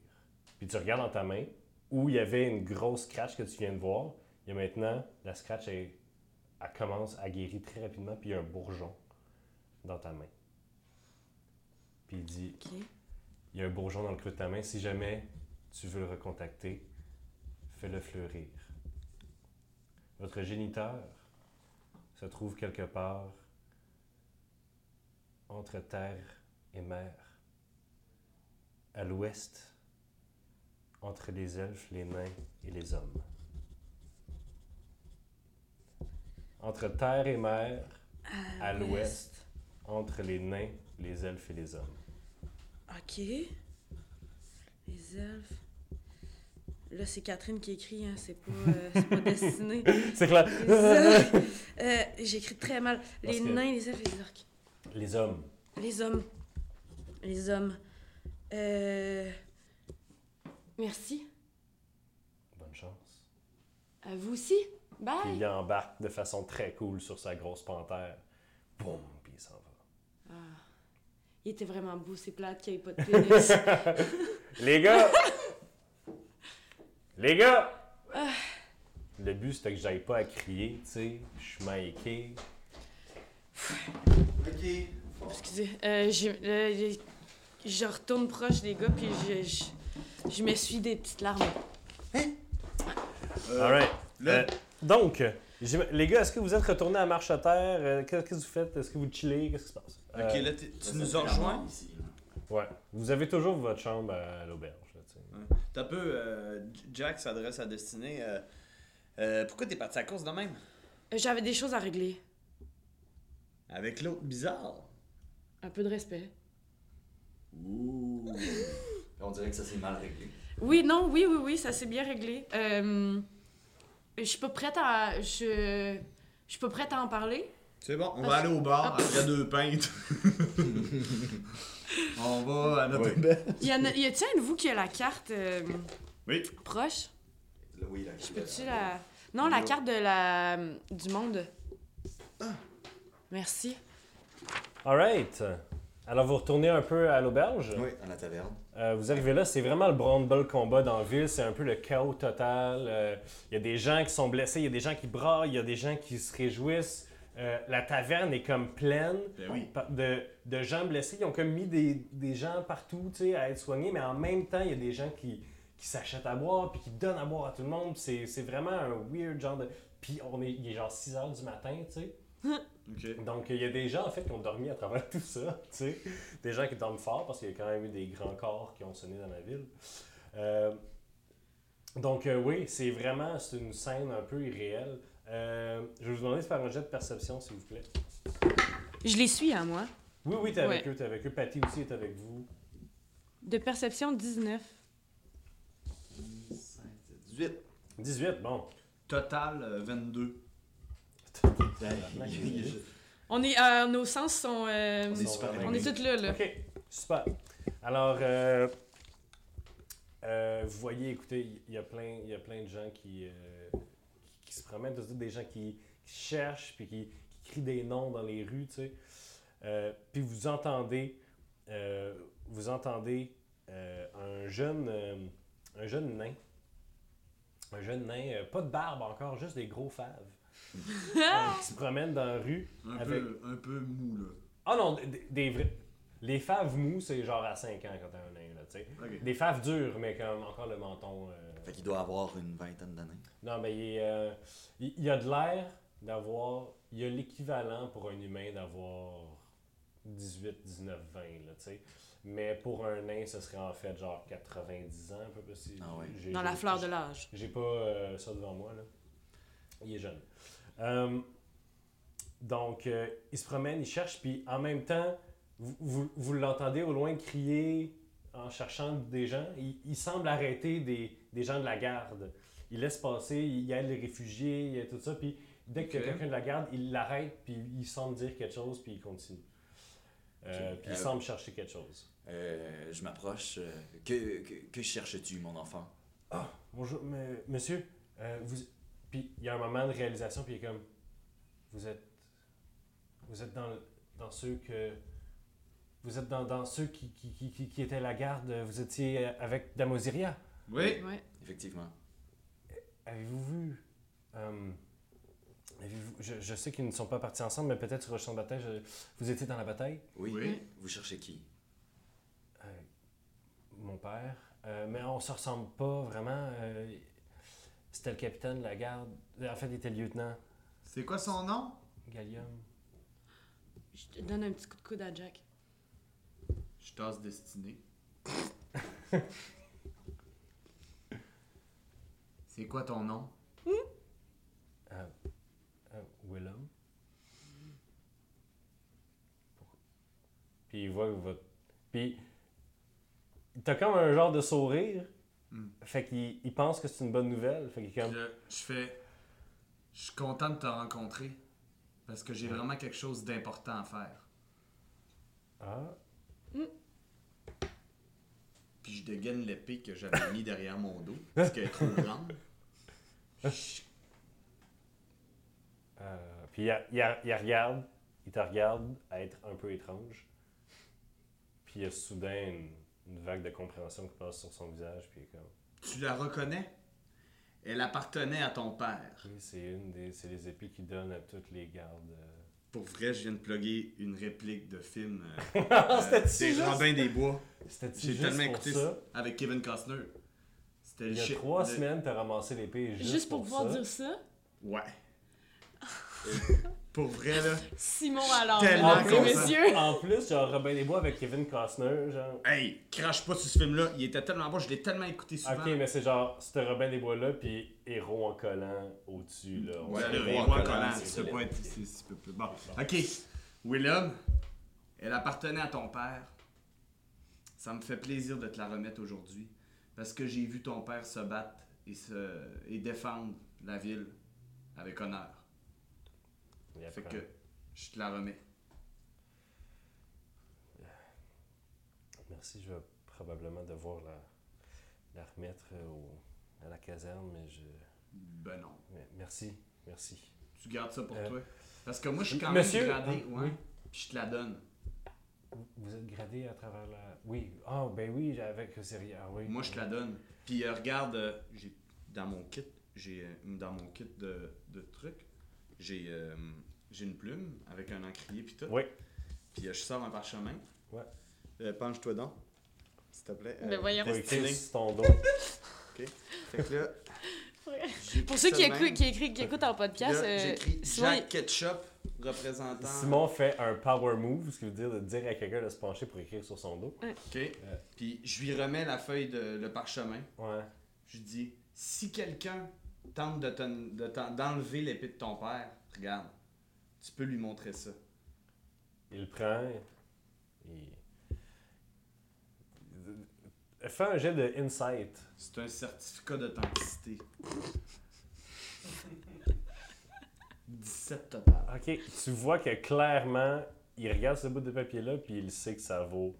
Speaker 1: Puis tu regardes dans ta main où il y avait une grosse scratch que tu viens de voir. Il y a maintenant, la scratch, elle, elle commence à guérir très rapidement, puis il y a un bourgeon dans ta main. Puis il dit
Speaker 5: Ok.
Speaker 1: il y a un bourgeon dans le creux de ta main. Si jamais tu veux le recontacter, fais-le fleurir. Votre géniteur se trouve quelque part entre terre et mer, à l'ouest, entre les elfes, les nains et les hommes. Entre terre et mer, à l'ouest, entre les nains, les elfes et les hommes.
Speaker 5: Ok. Les elfes. Là, c'est Catherine qui écrit, hein, c'est pas, euh, c'est
Speaker 1: <laughs>
Speaker 5: pas destiné.
Speaker 1: C'est clair.
Speaker 5: Les elfes. Euh, J'écris très mal.
Speaker 1: Parce
Speaker 5: Les
Speaker 1: que-
Speaker 5: nains, les elfes et les orques.
Speaker 1: Les hommes.
Speaker 5: Les hommes. Les hommes. Euh... Merci.
Speaker 1: Bonne chance.
Speaker 5: À vous aussi.
Speaker 1: Puis
Speaker 5: Bye.
Speaker 1: il embarque de façon très cool sur sa grosse panthère. Boum, puis il s'en va.
Speaker 5: Ah. Il était vraiment beau, c'est plate qu'il n'y ait pas
Speaker 1: <laughs>
Speaker 5: de pénis.
Speaker 1: Les gars! Les gars! Le but, c'était que j'aille pas à crier, tu sais. Je suis maïqué.
Speaker 2: Ok.
Speaker 5: Excusez. Euh, je, là, je- je retourne proche des gars, puis je, je, je m'essuie des petites larmes.
Speaker 3: Euh,
Speaker 1: Alright.
Speaker 3: là-
Speaker 1: Euh, donc, j'im- les gars, est-ce que vous êtes retournés à marche à terre? Euh, Qu'est-ce que vous faites? Est-ce que vous chillez? Qu'est-ce qui se passe?
Speaker 3: <laughs> Ok,
Speaker 1: Euh,
Speaker 3: là, t'es- tu
Speaker 2: Ça,
Speaker 3: nous
Speaker 2: ça
Speaker 3: as
Speaker 2: fait la
Speaker 3: rejoints.
Speaker 2: mort ici.
Speaker 1: Ouais. Vous avez toujours votre chambre à l'auberge, là, tu sais.
Speaker 3: T'as peu. euh, J- Jack s'adresse à Destinée. euh, euh, pourquoi t'es parti à la course de même
Speaker 5: Euh, J'avais des choses à régler.
Speaker 3: Avec l'autre bizarre.
Speaker 5: Un peu de respect.
Speaker 3: Ouh.
Speaker 2: Puis On dirait que ça c'est mal réglé.
Speaker 5: Oui, non, oui, oui, oui, ça s'est bien réglé. Euh, je suis pas prête à. Je. Je suis pas prête à en parler.
Speaker 3: C'est bon, on
Speaker 5: Ah,
Speaker 3: va
Speaker 5: je-
Speaker 3: aller au bar
Speaker 5: Ah.
Speaker 3: après deux pintes. <laughs> on va à notre
Speaker 2: Oui.
Speaker 3: belle.
Speaker 5: Y, en a, y a-t-il un de vous qui a la carte euh,
Speaker 3: Oui.
Speaker 5: proche?
Speaker 2: Là, oui, là,
Speaker 5: Je peux-tu la. Non, la carte de la. du monde. Merci.
Speaker 1: Alright. Alors, vous retournez un peu à l'auberge?
Speaker 2: Oui, à la taverne.
Speaker 1: Euh, vous arrivez là, c'est vraiment le brown ball combat dans la ville, c'est un peu le chaos total. Euh, Il y a des gens qui sont blessés, il y a des gens qui braillent, il y a des gens qui se réjouissent. euh, la taverne est comme pleine
Speaker 3: Ben oui.
Speaker 1: par- de, de gens blessés. Ils ont comme mis des, des gens partout tu sais, à être soignés, mais en même temps, il y a des gens qui, qui s'achètent à boire puis qui donnent à boire à tout le monde. Puis C'est c'est vraiment un weird genre de. Puis on est, il est genre 6 heures du matin, tu sais.
Speaker 3: Ok.
Speaker 1: Donc, il y a des gens, en fait, qui ont dormi à travers <laughs> tout ça, tu sais. Des gens qui dorment fort, parce qu'il y a quand même eu des grands corps qui ont sonné dans la ville. Euh, donc, euh, oui, c'est vraiment, c'est une scène un peu irréelle. Euh, je vais vous demander de faire un jet de perception, s'il vous plaît.
Speaker 5: Je les suis à moi.
Speaker 1: Oui, oui, t'es avec eux, t'es avec eux. Patty aussi est avec vous.
Speaker 5: De perception 19.
Speaker 2: 18.
Speaker 1: 18, bon.
Speaker 3: Total euh, 22.
Speaker 5: On est, euh, nos sens sont. euh,
Speaker 3: On est
Speaker 1: Ils sont
Speaker 3: super
Speaker 1: vraiment
Speaker 5: on est toutes là, là.
Speaker 1: OK, super. Alors, euh, euh, vous voyez, écoutez, il y- y, a plein- il y a plein de gens qui, euh, qui, qui se promènent, tout ça, des gens qui, qui cherchent, puis qui, qui crient des noms dans les rues, tu sais. Euh, puis vous entendez, euh, vous entendez euh, un, jeune, euh, un jeune nain, un jeune nain, euh, pas de barbe encore, juste des gros faves,
Speaker 3: <laughs>
Speaker 1: euh, qui se promène dans la rue.
Speaker 3: Un,
Speaker 1: Avec-
Speaker 3: peu, un peu mou, là.
Speaker 1: Ah non, des- des, des vrais. Les faves mous, c'est genre à 5 ans quand t'as un nain, là, tu sais.
Speaker 3: Ok.
Speaker 1: Des faves dures, mais comme encore le menton. euh,
Speaker 2: Fait qu'il doit avoir une vingtaine d'années.
Speaker 1: Non, mais il, est, euh, il, il a de l'air d'avoir. Il a l'équivalent pour un humain d'avoir 18, 19, 20, là, tu sais. Mais pour un nain, ce serait en fait genre 90 ans, un peu plus. si-
Speaker 2: Ah ouais.
Speaker 1: j'ai-
Speaker 5: Dans la
Speaker 1: j'ai-
Speaker 5: fleur de l'âge.
Speaker 1: j'ai pas euh, ça devant moi, là. Il est jeune. Euh, donc, euh, il se promène, il cherche, puis en même temps, vous, vous- vous l'entendez au loin crier en cherchant des gens. Il, il semble arrêter des, des gens de la garde. Il laisse passer, il aide les réfugiés, il aide tout ça, puis dès que
Speaker 2: Ok.
Speaker 1: quelqu'un de la garde, il l'arrête, puis il semble dire quelque chose, puis il continue. Euh,
Speaker 2: Ok.
Speaker 1: Puis
Speaker 2: Euh,
Speaker 1: il semble chercher quelque chose.
Speaker 2: Euh, je m'approche. euh, que, que, que cherches-tu, mon enfant?
Speaker 1: Bonjour, me- monsieur. euh, vous... Puis il y a un moment de réalisation, puis il est comme. Vous êtes. Vous êtes dans, dans ceux que. Vous êtes dans, dans ceux qui, qui, qui- qui- qui étaient à la garde. Vous étiez avec Damosiria.
Speaker 3: Oui.
Speaker 5: Ouais.
Speaker 2: Effectivement.
Speaker 1: Avez-vous vu. euh, avez-vous- je, je sais qu'ils ne sont pas partis ensemble, mais peut-être sur le champ de bataille. je- vous étiez dans la bataille.
Speaker 2: Oui.
Speaker 3: Oui.
Speaker 2: Vous cherchez qui?
Speaker 1: Euh, mon père. Euh, mais on se ressemble pas vraiment. euh, c'était le capitaine de la garde. En fait, il était lieutenant.
Speaker 3: C'est quoi son nom?
Speaker 1: Gallium.
Speaker 5: Je te donne un petit coup de coude à Jack.
Speaker 3: Je
Speaker 1: <laughs>
Speaker 3: tasse destinée. C'est quoi ton nom?
Speaker 1: Euh, Willem. Puis il voit que votre. Puis. T'as comme un genre de sourire.
Speaker 3: Mm.
Speaker 1: Fait qu'il il pense que c'est une bonne nouvelle. Fait qu'il est
Speaker 3: Je,
Speaker 1: comme.
Speaker 3: je fais. Je suis content de te rencontrer parce que j'ai vraiment quelque chose d'important à faire.
Speaker 1: Ah.
Speaker 3: Puis je dégaine l'épée que j'avais mis derrière mon dos parce qu'elle
Speaker 1: <laughs>
Speaker 3: est trop grande.
Speaker 1: euh, Puis il, a- il a- il a regarde. Il te regarde à être un peu étrange. Puis il y a soudain une, une vague de compréhension qui passe sur son visage. Puis il est comme.
Speaker 3: Tu la reconnais? Elle appartenait à ton père.
Speaker 1: Oui, c'est une des. C'est les épées qui donnent à toutes les gardes. euh,
Speaker 3: Pour vrai, je viens de plugger une réplique de film.
Speaker 1: <laughs>
Speaker 3: euh,
Speaker 1: C'était-tu
Speaker 3: c'est
Speaker 1: juste-
Speaker 3: Robin des Bois.
Speaker 1: C'était-tu
Speaker 3: J'ai
Speaker 1: juste
Speaker 3: tellement
Speaker 1: pour
Speaker 3: écouté
Speaker 1: ça?
Speaker 3: ça avec Kevin Costner. C'était
Speaker 1: Il y a
Speaker 3: chi-
Speaker 1: trois
Speaker 3: le-
Speaker 1: semaines, t'as ramassé l'épée juste,
Speaker 5: Juste, pour, pouvoir
Speaker 1: ça.
Speaker 5: dire ça,
Speaker 3: Ouais. pour vrai, là.
Speaker 5: Simon alors,
Speaker 3: tellement
Speaker 5: mesdames et
Speaker 3: content.
Speaker 1: <laughs>
Speaker 5: messieurs.
Speaker 1: En plus, genre Robin des Bois avec Kevin Costner, genre.
Speaker 3: Hey, crache pas sur ce film-là. Il était tellement bon, je l'ai tellement écouté souvent.
Speaker 1: Ok, mais c'est genre, c'était Robin des Bois là, puis héros en collant au-dessus, là. On
Speaker 3: Ouais,
Speaker 1: sait
Speaker 3: le
Speaker 1: pas
Speaker 3: roi
Speaker 1: encore,
Speaker 3: collant,
Speaker 1: c'est
Speaker 3: ça
Speaker 1: ça.
Speaker 3: peut pas être. c'est- c'est- peut- peut- Bon, ok. Willem, elle appartenait à ton père. Ça me fait plaisir de te la remettre aujourd'hui. Parce que j'ai vu ton père se battre et, se, et défendre la ville avec honneur.
Speaker 1: Il apprend.
Speaker 3: Fait que je te la remets.
Speaker 1: Merci, je vais probablement devoir la, la remettre euh, au- à la caserne, mais je.
Speaker 3: Ben non.
Speaker 1: mais merci, merci.
Speaker 3: Tu gardes ça pour
Speaker 1: Euh,
Speaker 3: toi. Parce que moi, je suis quand
Speaker 1: monsieur,
Speaker 3: même gradé,
Speaker 1: hein,
Speaker 3: ouais.
Speaker 1: oui.
Speaker 3: Puis je te la donne.
Speaker 1: Vous- Vous êtes gradé à travers la. Oui, ah, ben oui, avec Syria, ah, oui.
Speaker 3: Moi, je te la donne. Puis euh, regarde, euh, j'ai dans mon kit, j'ai euh, dans mon kit de, de trucs, j'ai euh, J'ai une plume avec un encrier puis tout.
Speaker 1: Oui.
Speaker 3: Puis euh, je sors un parchemin.
Speaker 1: Ouais.
Speaker 3: Euh, Penche-toi donc, s'il te plaît.
Speaker 5: Ben voyons.
Speaker 1: T'as écrit
Speaker 3: destiné.
Speaker 1: sur ton dos.
Speaker 3: Fait que
Speaker 5: <laughs>
Speaker 3: là, j'ai
Speaker 5: Pour ceux qui,
Speaker 3: seulement-
Speaker 5: écoutent, qui, écrivent- qui écoutent en
Speaker 3: Là,
Speaker 5: podcast, euh,
Speaker 3: j'écris
Speaker 5: souvent,
Speaker 3: Jack Ketchup, représentant.
Speaker 1: Simon fait un power move, ce qui veut dire de dire à quelqu'un de se pencher pour écrire sur son dos.
Speaker 3: OK. Puis je lui remets la feuille de le parchemin.
Speaker 1: Ouais.
Speaker 3: Je lui dis si quelqu'un tente de t'en- de t'en- d'enlever l'épée de ton père, regarde, tu peux lui montrer ça.
Speaker 1: Il le prend. Il... il- Fais un jet de insight.
Speaker 3: C'est un certificat d'authenticité. 17 total.
Speaker 1: Ok, tu vois que clairement, il regarde ce bout de papier-là, puis il sait que ça vaut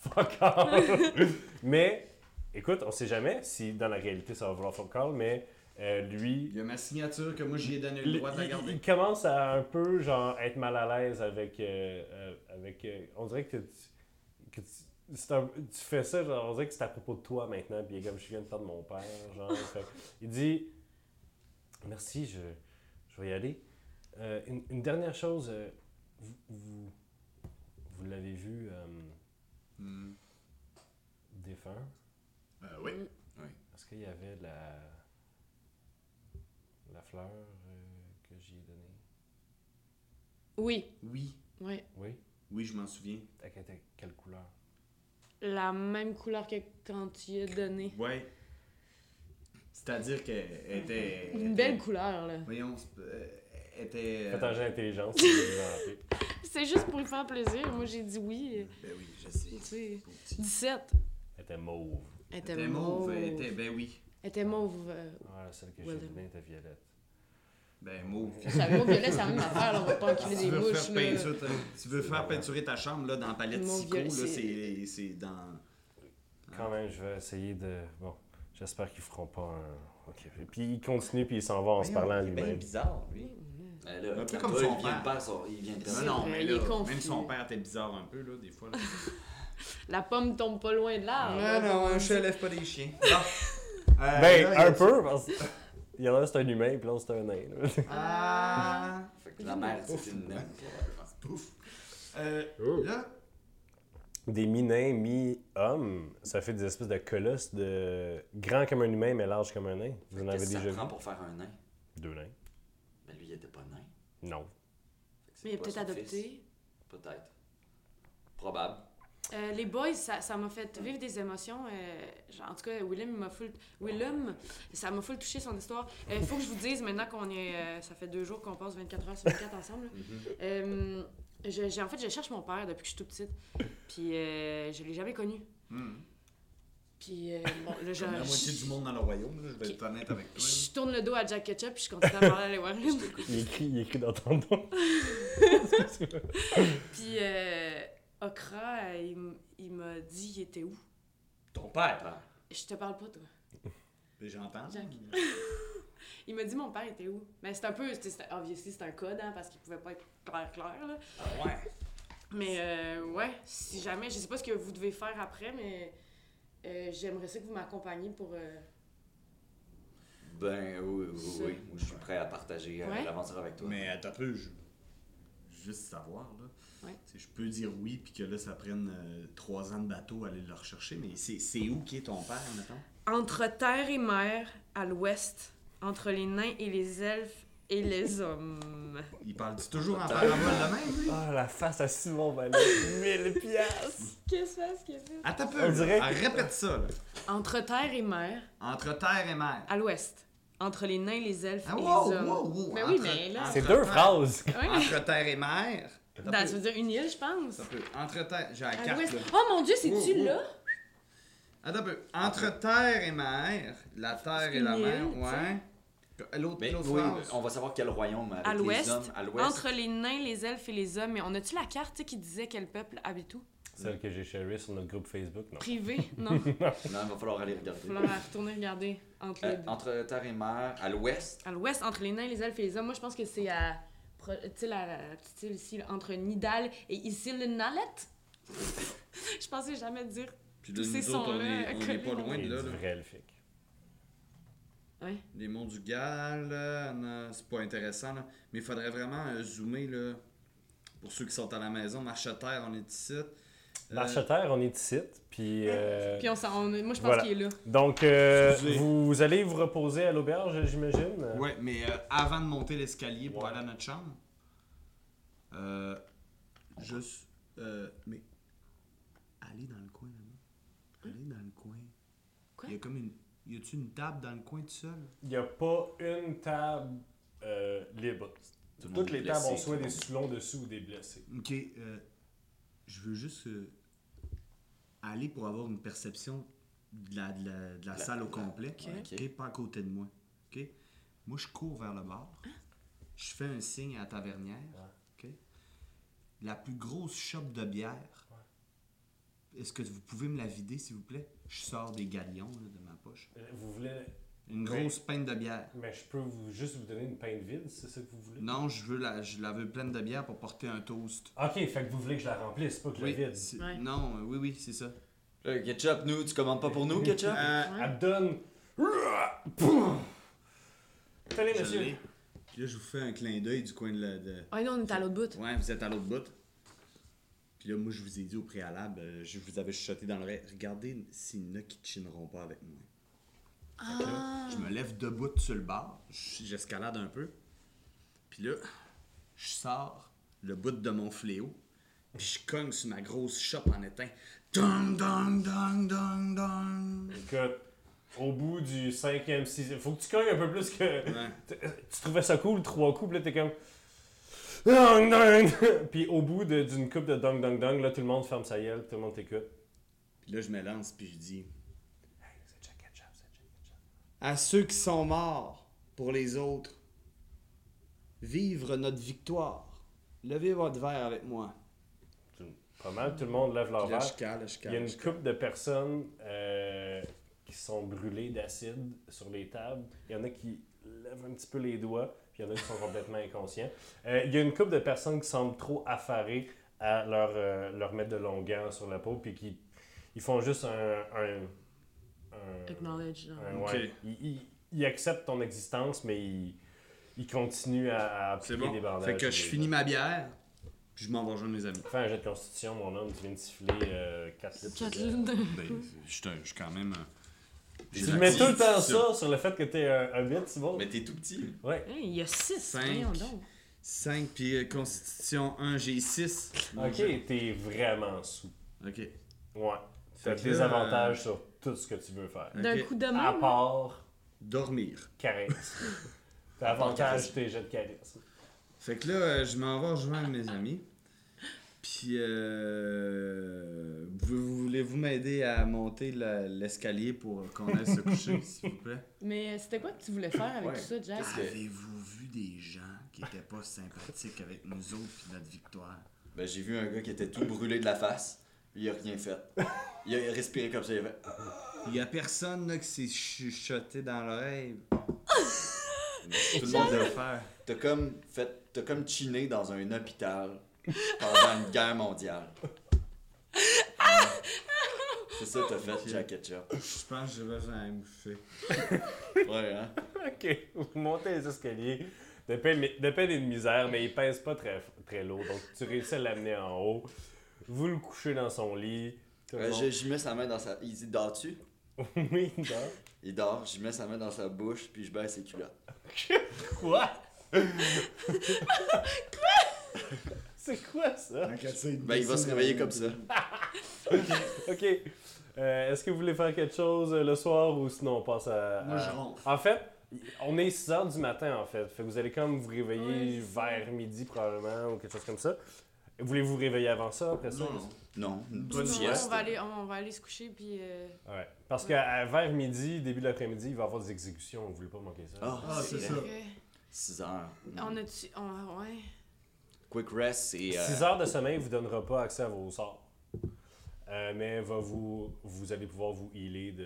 Speaker 1: fuck <laughs> all. mais, écoute, on sait jamais si dans la réalité ça va vouloir fuck all, mais euh, lui,
Speaker 3: Il y a ma signature que moi j'y ai donné
Speaker 1: il,
Speaker 3: le droit de la
Speaker 1: il-
Speaker 3: garder.
Speaker 1: il commence à un peu genre être mal à l'aise avec. euh, euh, avec euh, on dirait que, tu, que tu, c'est un- tu fais ça, genre, on dirait que c'est à propos de toi maintenant, puis il est comme je viens de perdre mon père. Genre, Fait que il dit Merci, je, je vais y aller. Euh, une, une dernière chose, euh, vous, vous, vous l'avez vu euh,
Speaker 3: Hmm.
Speaker 1: défunt.
Speaker 3: Euh, oui.
Speaker 1: Est-ce qu'il y avait la, la fleur euh, que j'y ai donnée
Speaker 5: oui,
Speaker 3: Oui.
Speaker 5: oui.
Speaker 1: Oui.
Speaker 3: Oui, je m'en souviens.
Speaker 1: À quelle- quelle couleur
Speaker 5: La même couleur que quand tu y as donné.
Speaker 3: Ouais. C'est-à-dire qu'elle était.
Speaker 5: Une belle couleur, là.
Speaker 3: Voyons, c'est- euh, elle était. euh,
Speaker 1: Faites un jeu d'intelligence. si vous voulez en rappeler.
Speaker 5: <laughs> C'est juste pour lui faire plaisir. Moi, j'ai dit oui.
Speaker 3: Ben oui, je sais.
Speaker 5: Tu sais.
Speaker 3: Beau petit.
Speaker 5: 17.
Speaker 1: <laughs> Elle était mauve.
Speaker 5: Elle
Speaker 3: Elle
Speaker 5: était mauve.
Speaker 3: elle était- ben oui.
Speaker 5: Elle était mauve. euh,
Speaker 1: Ah, celle que j'ai
Speaker 5: Voilà.
Speaker 1: donnée était violette.
Speaker 3: Ben mauve.
Speaker 5: <laughs> Ça mauve violet, c'est la même affaire, là. On va pas enculer
Speaker 3: tu
Speaker 5: des
Speaker 3: veux,
Speaker 5: mouches,
Speaker 3: faire
Speaker 5: là.
Speaker 3: peinture, ta- tu veux faire peinturer ta chambre là, dans la palette
Speaker 5: Mon
Speaker 3: Sico,
Speaker 5: vieux,
Speaker 3: là,
Speaker 5: c'est-
Speaker 3: c'est c'est dans.
Speaker 1: Quand même, je vais essayer de. Bon, j'espère qu'ils feront pas un. Ok. Et Puis il continue, puis il s'en va en se parlant à
Speaker 3: Il est bien
Speaker 1: lui-même.
Speaker 3: bizarre, lui.
Speaker 2: Ben là,
Speaker 3: Un peu
Speaker 2: quand
Speaker 3: comme
Speaker 2: toi, il
Speaker 3: son
Speaker 2: vient de
Speaker 3: père.
Speaker 2: perdre son- Il vient de perdre
Speaker 3: Non,
Speaker 5: C'est
Speaker 3: non,
Speaker 5: vrai,
Speaker 3: mais
Speaker 5: il est
Speaker 3: là,
Speaker 5: confus.
Speaker 3: même son père était bizarre un peu, là, des fois. Là.
Speaker 5: La pomme tombe pas loin de l'arbre. là.
Speaker 3: lève pas des
Speaker 5: <laughs>
Speaker 3: chiens. Bon. Euh,
Speaker 1: Ben,
Speaker 3: là, il
Speaker 1: un
Speaker 3: dit-
Speaker 1: peu, parce que. Il y en a un, c'est un humain, puis l'autre, c'est un nain. là.
Speaker 3: Ah,
Speaker 2: Fait que la mère,
Speaker 3: Ouf.
Speaker 2: c'est une naine.
Speaker 3: pouf. Euh, là,
Speaker 1: Des mi-nains, mi-hommes, ça fait des espèces de colosses de. grands comme un humain, mais large comme un nain. Vous en avez
Speaker 2: Qu'est-ce que
Speaker 1: déjà
Speaker 2: ça
Speaker 1: vu
Speaker 2: prend pour faire un nain?
Speaker 1: Deux nains.
Speaker 2: Ben lui, il était pas nain.
Speaker 1: Non.
Speaker 2: Fait que c'est
Speaker 5: Mais il est
Speaker 2: pas
Speaker 5: peut-être
Speaker 2: son fils.
Speaker 5: adopté.
Speaker 2: Peut-être. Probable.
Speaker 5: Euh, les boys, ça ça m'a fait vivre des émotions. euh, genre, en tout cas, Willem m'a full... Willem, ça m'a full touché son histoire. Il faut que je vous dise, maintenant qu'on est... euh, ça fait deux jours qu'on passe 24 heures sur 24 ensemble. là. Euh, je- j'ai- en fait, je cherche mon père depuis que je suis toute petite. Puis euh, je l'ai jamais connu.
Speaker 3: hum,
Speaker 5: Puis euh, bon, là, je...
Speaker 3: comme la moitié du
Speaker 5: Je
Speaker 3: monde dans le royaume, là, je vais
Speaker 5: Qui-
Speaker 3: être honnête avec toi.
Speaker 5: je tourne le dos à Jack Ketchup puis je continue à parler à les Warren.
Speaker 1: Il écrit, il écrit dans ton dos.
Speaker 5: Puis euh, Okra, euh, il m- il m'a dit il était où.
Speaker 3: Ton père.
Speaker 2: Père.
Speaker 5: Je te parle pas, toi.
Speaker 3: Ben, J'entends.
Speaker 5: Jack. Il m'a dit mon père était où. Mais c'est un peu, c'est- c'est- obviously c'est un code, hein, parce qu'il pouvait pas être clair clair, là.
Speaker 3: Ah ouais.
Speaker 5: Mais euh, ouais, si jamais, je sais pas ce que vous devez faire après, mais euh, j'aimerais ça que vous m'accompagniez pour... euh,
Speaker 2: Ben oui, oui,
Speaker 5: Ça.
Speaker 2: oui. Moi, je suis prêt à partager euh,
Speaker 5: Ouais.
Speaker 2: l'aventure avec toi.
Speaker 3: Mais attends un peu, je... juste savoir, là.
Speaker 5: Ouais.
Speaker 3: Tu sais, Je peux dire oui, puis que là, ça prenne euh, trois ans de bateau à aller le rechercher, mais c'est c'est où qui est ton père, mettons?
Speaker 5: Entre terre et mer, à l'ouest, entre les nains et les elfes et les hommes.
Speaker 3: Il parle toujours en parabole de même, lui?
Speaker 1: Ah, la face à Simon Valé. 1000 piastres.
Speaker 5: Qu'est-ce que c'est, qu'est-ce que c'est?
Speaker 3: Attends un
Speaker 1: On
Speaker 3: peu,
Speaker 1: dirait
Speaker 3: là.
Speaker 1: que-
Speaker 3: répète ça, là.
Speaker 5: Entre terre et mer,
Speaker 3: Entre terre et mer.
Speaker 5: à l'ouest, entre les nains, les elfes
Speaker 3: Ah,
Speaker 5: et
Speaker 3: wow,
Speaker 5: les hommes.
Speaker 3: wow, wow.
Speaker 5: Mais oui,
Speaker 3: Entre- Ah,
Speaker 5: mais là...
Speaker 1: C'est deux phrases.
Speaker 5: Ouais, mais-
Speaker 3: Entre terre et mer. Attends
Speaker 5: Dans-
Speaker 3: un
Speaker 5: ça
Speaker 3: peu,
Speaker 5: veut dire une île, je pense.
Speaker 3: attends un peu. Entre terre... J'ai la
Speaker 5: À
Speaker 3: carte,
Speaker 5: l'ouest.
Speaker 3: là.
Speaker 5: Oh mon dieu, c'est-tu
Speaker 3: Wow, wow.
Speaker 5: là?
Speaker 3: Attends un peu. Entre terre et mer, la terre et la
Speaker 5: une
Speaker 3: mer,
Speaker 5: île, tu
Speaker 3: ouais. L'autre
Speaker 2: Mais
Speaker 3: l'autre
Speaker 2: oui,
Speaker 3: phrase.
Speaker 2: on va savoir quel royaume euh, avec
Speaker 5: À
Speaker 2: les
Speaker 5: l'ouest,
Speaker 2: hommes, à l'ouest.
Speaker 5: Entre les nains, les elfes et les hommes, mais on a-tu la carte tu sais, qui disait quel peuple habite où?
Speaker 1: Celle que j'ai chérée sur notre groupe Facebook, non.
Speaker 5: Privé?
Speaker 2: <laughs>
Speaker 5: Non. Il
Speaker 2: Non, il va falloir aller regarder.
Speaker 5: va falloir retourner regarder entre les
Speaker 2: Euh,
Speaker 5: deux.
Speaker 2: entre terre et mer, à l'ouest.
Speaker 5: À l'ouest, entre les nains, les elfes et les hommes, moi je pense que c'est à. pro- Tu sais, la, la petite île ici, là, entre Nidal et ici, le Nalette? <laughs> je pensais jamais dire.
Speaker 3: Puis
Speaker 5: tous ces
Speaker 3: nous autres, on
Speaker 5: sons-là
Speaker 3: est- on est pas
Speaker 5: collés dans
Speaker 3: loin
Speaker 1: Il est
Speaker 3: de là,
Speaker 1: du
Speaker 3: là.
Speaker 1: vrai elfique.
Speaker 5: Ouais.
Speaker 3: Les monts du Gal, là, non, c'est pas intéressant, là. mais il faudrait vraiment euh, zoomer là, pour ceux qui sont à la maison. Marche à terre, on est ici. Euh,
Speaker 1: Marche à terre, on est ici. Puis, euh,
Speaker 5: Puis on s'en- on- moi, je pense
Speaker 1: Voilà.
Speaker 5: qu'il est là.
Speaker 1: donc, euh,
Speaker 3: Excusez.
Speaker 1: vous allez vous reposer à l'auberge, j'imagine.
Speaker 3: Ouais, mais euh, avant de monter l'escalier pour
Speaker 1: Ouais.
Speaker 3: aller à notre chambre, euh, juste. euh, mais. Allez dans le coin là-bas. Allez dans le coin.
Speaker 5: Quoi?
Speaker 3: Il y a comme une. Y a-tu une table dans le coin tout seul?
Speaker 1: Il n'y a pas une table euh, libre.
Speaker 3: Tout le monde
Speaker 1: Toutes les
Speaker 3: est
Speaker 1: tables
Speaker 3: blessé,
Speaker 1: ont soit
Speaker 3: tout le
Speaker 1: des
Speaker 3: monde.
Speaker 1: sous-longs dessus ou des blessés.
Speaker 3: Ok, euh, je veux juste euh, aller pour avoir une perception de la, de la- de la salle au complet.
Speaker 2: ok.
Speaker 3: Ok, Pas à côté de moi. Ok, moi je cours vers le bar. Je fais un signe à la tavernière. ok. La plus grosse chope de bière. Est-ce que vous pouvez me la vider, s'il vous plaît? Je sors des galions là, de ma poche.
Speaker 1: Euh, Vous voulez.
Speaker 3: Une
Speaker 1: Oui.
Speaker 3: grosse pinte de bière.
Speaker 1: Mais je peux vous, juste vous donner une pinte vide, c'est ça que vous voulez?
Speaker 3: Non, je veux la, je la veux pleine de bière pour porter un toast.
Speaker 1: Ok, fait que vous voulez que je la remplisse, pas que je
Speaker 3: Oui,
Speaker 1: la vide.
Speaker 3: c'est-
Speaker 5: Ouais.
Speaker 3: Non, euh, oui, oui, c'est ça.
Speaker 2: Le Euh, ketchup, nous, tu commandes pas pour nous, ketchup?
Speaker 3: Euh,
Speaker 1: Elle me donne. Tenez,
Speaker 3: Hein? Je
Speaker 1: monsieur.
Speaker 3: l'ai. Puis Là, je vous fais un clin d'œil du coin de la. de-
Speaker 5: Ah non, on est à l'autre bout.
Speaker 3: Ouais, vous êtes à l'autre bout. Puis là, moi, je vous ai dit au préalable, euh, je vous avais chuchoté dans l'oreille, regardez s'il y en a qui chineront pas avec moi. Fait que là, je me lève debout sur le bar, j- j'escalade un peu. Puis là, je sors le bout de mon fléau, puis je cogne sur ma grosse chope en étain. Dong, dong, dong, dong, dong.
Speaker 1: Écoute, au bout du cinquième, sixième, faut que tu cognes un peu plus que. Tu tu trouvais ça cool, trois coups, puis là, t'es comme. Dong, dong. <laughs> Puis au bout de- d'une coupe de dong dong dong, là, tout le monde ferme sa gueule, tout le monde t'écoute.
Speaker 3: Puis là, je me lance, puis je dis.
Speaker 1: C'est Jack Ketchup, c'est Jack Ketchup.
Speaker 3: à ceux qui sont morts pour les autres. Vivre notre victoire. Levez votre verre avec moi.
Speaker 1: Tout- Pas mal, tout le monde lève leur
Speaker 3: Puis là,
Speaker 1: verre.
Speaker 3: je cale, je
Speaker 1: Il y a
Speaker 3: cale.
Speaker 1: une
Speaker 3: je
Speaker 1: couple de personnes euh, qui sont brûlées d'acide sur les tables. Il y en a qui lèvent un petit peu les doigts, puis il y en a qui sont complètement <laughs> inconscients. Euh, il y a une couple de personnes qui semblent trop affarées à leur, euh, leur mettre de longueur sur la peau, puis qui ils font juste un. un, un-
Speaker 4: Acknowledge. genre.
Speaker 1: un-
Speaker 3: Ok.
Speaker 1: ouais. Ils, ils- ils acceptent ton existence, mais ils, ils continuent à, à
Speaker 3: C'est
Speaker 1: appliquer
Speaker 3: bon.
Speaker 1: des bandages.
Speaker 3: Fait que je
Speaker 1: sur les
Speaker 3: finis
Speaker 1: gens.
Speaker 3: ma bière, puis je m'en vais rejoindre mes amis.
Speaker 1: Fais un jet de constitution, mon homme, tu viens de siffler euh, 4 litres.
Speaker 5: Quatre lignes.
Speaker 3: ben, je suis un- je suis quand même. euh,
Speaker 1: Tu
Speaker 3: des
Speaker 1: mets
Speaker 3: actifs,
Speaker 1: tout le temps
Speaker 3: ça.
Speaker 1: ça sur le fait que t'es un, un bit, Simon.
Speaker 2: <laughs> Mais t'es tout petit.
Speaker 1: Ouais.
Speaker 4: Hein, il y a six.
Speaker 3: Cinq.
Speaker 4: Voyons donc.
Speaker 3: 5 puis euh, Constitution 1, j'ai 6.
Speaker 1: Ok, t'es vraiment sous.
Speaker 3: Ok.
Speaker 1: Ouais. T'as
Speaker 3: Fait que
Speaker 1: des
Speaker 3: là, euh,
Speaker 1: avantages sur tout ce que tu veux faire.
Speaker 3: Ok.
Speaker 4: D'un coup
Speaker 5: Euh,
Speaker 4: de
Speaker 2: Ah,
Speaker 1: À
Speaker 4: main.
Speaker 1: part
Speaker 3: Dormir.
Speaker 1: charisme. <laughs> T'as
Speaker 2: part
Speaker 1: avantage
Speaker 2: charisme.
Speaker 1: tes jets de charisme.
Speaker 3: Fait que là, euh, je m'en vais rejoindre mes amis. Puis, euh, vous- voulez-vous m'aider à monter la- l'escalier pour qu'on aille se <laughs> coucher, s'il vous plaît?
Speaker 5: Mais c'était quoi que tu voulais faire avec
Speaker 2: Ouais.
Speaker 5: tout ça, Jack?
Speaker 2: Qu'est-ce que-
Speaker 3: Avez-vous vu des gens qui étaient pas sympathiques avec nous autres et notre victoire?
Speaker 2: Ben, j'ai vu un gars qui était tout brûlé de la face. Il a rien fait. Il a respiré comme ça, il a fait. Ah.
Speaker 3: Il y a personne là, qui s'est chuchoté dans l'oreille.
Speaker 2: Tout le monde l'a fait. T'as comme fait. T'as comme chiné dans un hôpital pendant une guerre mondiale. C'est ça que t'as fait, Jack Ketchup.
Speaker 3: Je pense que j'ai besoin de bouffer.
Speaker 2: Ouais, hein?
Speaker 1: Ok, vous montez les escaliers. De peine, de peine et de misère, mais il pèse pas très, très lourd. Donc tu réussis à l'amener en haut. Vous le couchez dans son lit. Tout le
Speaker 2: Euh,
Speaker 1: monde-
Speaker 2: je, j'y mets sa main dans sa. Il dit dors-tu?
Speaker 1: <laughs> Oui, non.
Speaker 2: Il dort, j'y mets sa main dans sa bouche, puis je baisse ses culottes.
Speaker 1: Quoi? C'est quoi ça?
Speaker 2: Ben, il va se réveiller comme ça.
Speaker 1: Ok. Euh, Est-ce que vous voulez faire quelque chose euh, le soir ou sinon on passe à.
Speaker 3: Moi, je
Speaker 1: à-
Speaker 3: ronfle.
Speaker 1: En fait, on est 6 h du matin en fait. Fait que vous allez comme vous réveiller
Speaker 5: Ouais, c'est ça.
Speaker 1: vers midi probablement ou quelque chose comme ça. Voulez-vous vous réveiller avant ça, après ça?
Speaker 3: Non, non.
Speaker 2: Non, une
Speaker 5: Non,
Speaker 2: petite sieste.
Speaker 5: on, va aller, on va aller se coucher, puis... euh,
Speaker 1: Ouais. Parce que à- vers midi, début de l'après-midi, il va y avoir des exécutions. Vous voulez pas manquer ça?
Speaker 2: Ah,
Speaker 3: Ah,
Speaker 2: c'est
Speaker 3: c'est
Speaker 2: vrai.
Speaker 3: ça.
Speaker 2: 6 heures.
Speaker 5: On a-tu... on- ouais.
Speaker 2: Quick rest, c'est. euh,
Speaker 1: 6 heures de sommeil vous donnera pas accès à vos sorts. Euh, mais va vous, vous allez pouvoir vous healer de,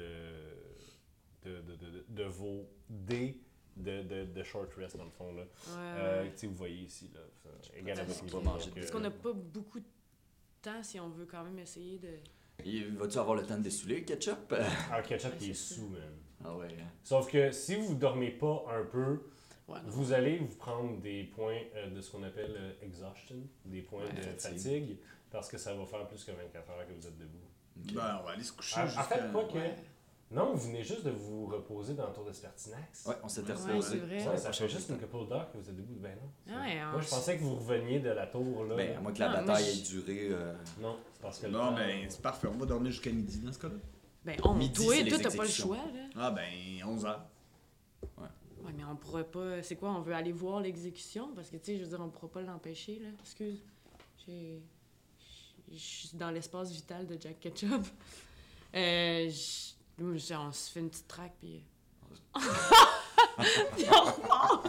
Speaker 1: de, de, de, de- de vos dés de, de, de short rest, dans le fond. Là.
Speaker 5: ouais,
Speaker 2: Ah
Speaker 1: Euh,
Speaker 5: ouais.
Speaker 1: tu sais, vous voyez ici, là. ça-
Speaker 2: pas
Speaker 1: également
Speaker 2: parce
Speaker 1: pas
Speaker 2: qu'il
Speaker 1: mieux,
Speaker 2: va manger
Speaker 1: donc,
Speaker 2: des-
Speaker 1: euh,
Speaker 5: Parce qu'on n'a pas beaucoup de temps si on veut quand même essayer de...
Speaker 2: Il- Vas-tu avoir le temps de dessouler le ketchup? <laughs>
Speaker 1: En ah, ketchup, il est sous, man.
Speaker 2: Ah ouais. hein.
Speaker 1: Sauf que si vous dormez pas un peu,
Speaker 2: Ah
Speaker 5: Ouais, non.
Speaker 1: vous allez vous prendre des points euh, de ce qu'on appelle euh, exhaustion, des points
Speaker 2: Ouais,
Speaker 1: de
Speaker 2: fatigue.
Speaker 1: fatigue, parce que ça va faire plus que 24 heures que vous êtes debout.
Speaker 3: Ben, on va aller se coucher.
Speaker 1: Ah, En- en
Speaker 3: jusqu'à-
Speaker 1: fait, quoi que.
Speaker 5: ouais.
Speaker 1: Non, vous venez juste de vous reposer dans le tour de Spertinax.
Speaker 2: Ouais, on s'était
Speaker 3: Ouais,
Speaker 5: Ouais, c'est
Speaker 2: reposé.
Speaker 5: vrai.
Speaker 1: Ouais, ça fait juste une couple d'heures que vous êtes debout. Ben non. c'est-
Speaker 5: Ouais, hein,
Speaker 1: Moi,
Speaker 5: on-
Speaker 1: je pensais que vous reveniez de la tour, là.
Speaker 2: Ben, à moins que la
Speaker 5: Non, Ah, moi,
Speaker 2: bataille
Speaker 5: je-
Speaker 2: ait duré. euh,
Speaker 1: Non, c'est parce que le
Speaker 3: Bon,
Speaker 1: temps-
Speaker 3: ben, c'est parfait. On va dormir jusqu'à midi dans ce cas-là.
Speaker 5: Ben, on,
Speaker 2: Midi,
Speaker 5: toi,
Speaker 2: c'est
Speaker 5: toi,
Speaker 2: les
Speaker 5: t'as pas le
Speaker 2: exécutions.
Speaker 5: choix, là.
Speaker 3: Ah, ben, 11h.
Speaker 5: Ouais, mais on pourrait pas. C'est quoi, on veut aller voir l'exécution? Parce que, tu sais, je veux dire, on pourra pas l'empêcher, là. Excuse. J'ai. Je suis dans l'espace vital de Jack Ketchup. Euh. j- nous, j- On se fait une petite traque, puis. Puis on repart!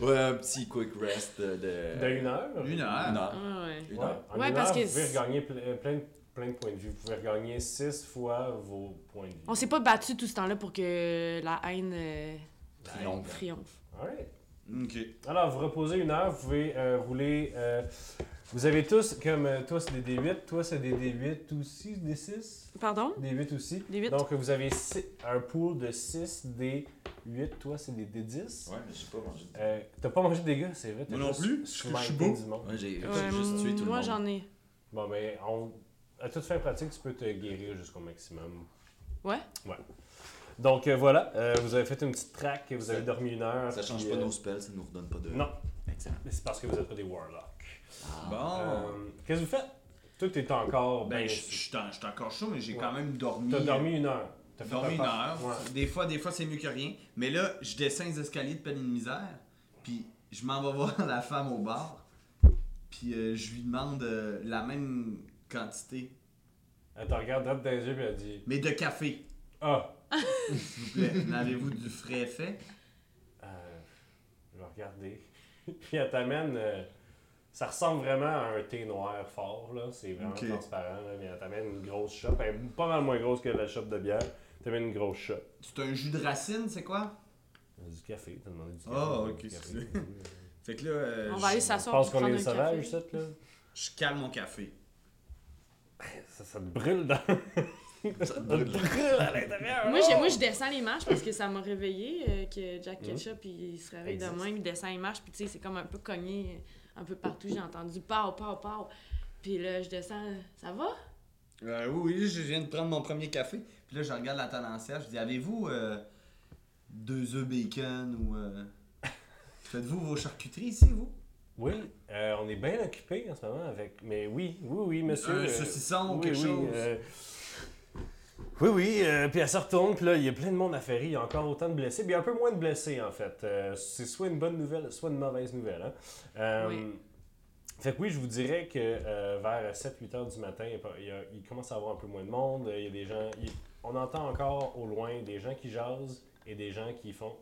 Speaker 2: Ouais, un petit quick rest de.
Speaker 1: De une heure.
Speaker 3: Une heure.
Speaker 2: Non.
Speaker 5: Ouais, ah, ouais.
Speaker 2: Une
Speaker 1: Ouais,
Speaker 2: heure.
Speaker 1: en
Speaker 5: Ouais,
Speaker 1: une
Speaker 5: parce
Speaker 1: heure,
Speaker 5: que
Speaker 1: vous pouvez
Speaker 5: c'est-
Speaker 1: regagner ple- euh, plein, de, plein de points de vue. Vous pouvez regagner 6 fois vos points de vue.
Speaker 5: On s'est pas battu tout ce temps-là pour que la haine euh,
Speaker 2: Triomphe.
Speaker 5: triomphe.
Speaker 1: Alright.
Speaker 3: Ok.
Speaker 1: Alors, vous reposez une heure, vous pouvez euh, rouler. euh, vous avez tous, comme euh, toi c'est des D8, toi c'est des D8 aussi, des 6
Speaker 5: Pardon?
Speaker 1: Des 8 aussi.
Speaker 5: Des huit.
Speaker 1: Donc, vous avez six- un pool de 6 D8, toi c'est des D10.
Speaker 2: Ouais, mais j'ai pas mangé. de-
Speaker 1: Euh, t'as pas mangé de dégâts, c'est vrai. t'as
Speaker 3: Moi non
Speaker 1: juste
Speaker 3: plus, parce que je suis
Speaker 1: smité
Speaker 3: beau.
Speaker 1: du monde.
Speaker 2: Ouais, j'ai
Speaker 5: Ouais,
Speaker 2: j'ai juste tué tout le
Speaker 5: moi,
Speaker 2: monde.
Speaker 5: j'en ai.
Speaker 1: Bon, mais on- à toute fin pratique, tu peux te guérir jusqu'au maximum.
Speaker 5: Ouais?
Speaker 1: Ouais. Donc euh, voilà, euh, vous avez fait une petite traque, vous avez
Speaker 2: Ça-
Speaker 1: dormi une heure.
Speaker 2: Ça change
Speaker 1: puis,
Speaker 2: pas
Speaker 1: euh,
Speaker 2: nos spells, ça nous redonne pas de.
Speaker 1: Non,
Speaker 2: Excellent.
Speaker 1: mais c'est parce que vous êtes pas des warlocks.
Speaker 3: Bon.
Speaker 1: Euh, Qu'est-ce que vous faites? Toi, t'es encore bien.
Speaker 3: Ah. ben, je
Speaker 1: sous.
Speaker 3: je suis en- je suis encore chaud, mais j'ai
Speaker 1: Ouais.
Speaker 3: quand même dormi.
Speaker 1: T'as dormi une heure. T'as fait
Speaker 3: dormi une
Speaker 1: ta
Speaker 3: heure.
Speaker 1: part. Ouais.
Speaker 3: Des fois, des fois c'est mieux que rien. Mais là, je descends les escaliers de peine et de misère, puis je m'en vais <laughs> voir la femme au bar, puis euh, je lui demande euh, la même quantité,
Speaker 1: Elle te regarde droit dans les yeux et elle dit
Speaker 3: mais de café,
Speaker 1: Ah,
Speaker 3: s'il
Speaker 1: <laughs>
Speaker 3: vous plaît. N'avez-vous du frais fait?
Speaker 1: euh, je vais regarder. <laughs> puis elle t'amène. euh, ça ressemble vraiment à un thé noir fort, là. C'est vraiment
Speaker 3: Ok.
Speaker 1: transparent, là. Mais elle t'amène une grosse chope. Elle est pas mal moins grosse que la chope de bière. Elle t'amène une grosse chope.
Speaker 3: C'est un jus de racine, c'est quoi?
Speaker 1: Du café, t'as demandé du café.
Speaker 3: Ah,
Speaker 1: du
Speaker 3: ok,
Speaker 1: café.
Speaker 5: <laughs>
Speaker 3: excusez. Fait que là, euh,
Speaker 5: On
Speaker 3: je,
Speaker 5: va aller
Speaker 1: Je
Speaker 5: s'asseoir.
Speaker 1: pense
Speaker 5: pour
Speaker 1: qu'on est
Speaker 5: prendre
Speaker 1: des
Speaker 5: un
Speaker 1: sauvages,
Speaker 5: café.
Speaker 1: cette, là.
Speaker 3: je cale mon café.
Speaker 1: Ça, ça te brûle dans.
Speaker 2: Ça
Speaker 1: <laughs>
Speaker 2: te
Speaker 1: Ça te
Speaker 2: brûle.
Speaker 1: brûle à l'intérieur.
Speaker 5: Moi, j'ai- moi, je descends les marches parce que ça m'a réveillé euh, que
Speaker 2: Mhm.
Speaker 5: Jack Ketchup il se réveille de
Speaker 1: Existe.
Speaker 5: même, il descend les marches, puis tu sais, c'est comme un peu cogné euh, un peu partout. J'ai entendu pow, pow, pow. Puis là, je descends, ça va? <laughs>
Speaker 3: Euh, oui, oui, je viens de prendre mon premier café. Puis là, je regarde la tendancière. Je dis Avez-vous euh, deux œufs bacon
Speaker 1: <laughs>
Speaker 3: ou. euh, Faites-vous vos charcuteries ici, vous
Speaker 1: Oui, euh, on est bien occupé en ce moment avec. Mais oui, oui, oui, monsieur.
Speaker 3: Un
Speaker 1: euh,
Speaker 3: saucisson ou
Speaker 1: oui,
Speaker 3: quelque
Speaker 1: oui,
Speaker 3: chose
Speaker 1: euh, Oui, oui, euh, puis elle se retourne, puis là, il y a plein de monde à ferry, il y a encore autant de blessés, puis il y a un peu moins de blessés, en fait. Euh, c'est soit une bonne nouvelle, soit une mauvaise nouvelle. hein. Euh,
Speaker 5: Oui.
Speaker 1: Fait que oui, je vous dirais que euh, vers 7-8 heures du matin, il y a pas- il, y a- il commence à avoir un peu moins de monde, il y a des gens... il- on entend encore au loin des gens qui jasent et des gens qui font...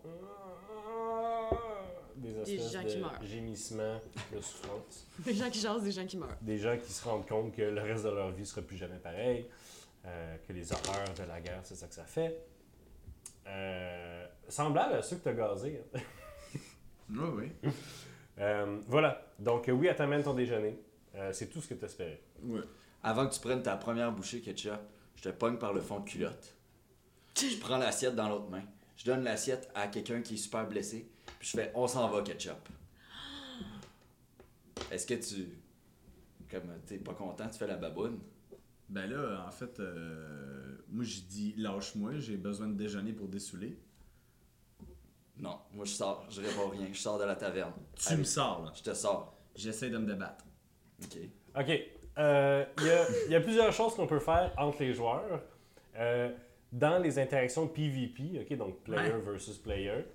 Speaker 1: Des, espèces
Speaker 5: gens
Speaker 1: de
Speaker 5: qui meurent.
Speaker 1: gémissements de souffrance
Speaker 5: Des gens qui jasent, des gens qui meurent.
Speaker 1: des gens qui se rendent compte que le reste de leur vie ne sera plus jamais pareil, euh, que les horreurs de la guerre, c'est ça que ça fait. Euh, semblable à ceux que tu as gazés. hein.
Speaker 3: Oui, oui.
Speaker 1: Euh, voilà. Donc, euh, oui, elle t'amène ton déjeuner. Euh, c'est tout ce que tu espérais.
Speaker 3: Ouais.
Speaker 2: Avant que tu prennes ta première bouchée ketchup, je te pogne par le fond de culotte.
Speaker 3: <laughs>
Speaker 2: Je prends l'assiette dans l'autre main. Je donne l'assiette à quelqu'un qui est super blessé. Puis je fais on s'en va
Speaker 3: <gasps>
Speaker 2: ketchup. Est-ce que tu comme t'es pas content, tu fais la baboune
Speaker 3: Ben là, en fait, euh, moi, j'ai dit Lâche-moi, j'ai besoin de déjeuner pour dessouler.
Speaker 2: Non, moi je sors, je réponds rien, je sors de la taverne.
Speaker 3: Tu
Speaker 2: Allez,
Speaker 3: me sors, là.
Speaker 2: Je te sors.
Speaker 3: J'essaie de me débattre.
Speaker 2: OK.
Speaker 1: OK. Euh, Il y a- il y, a plusieurs choses qu'on peut faire entre les joueurs. Euh, dans les interactions PvP, OK, donc player
Speaker 3: Ouais.
Speaker 1: versus player,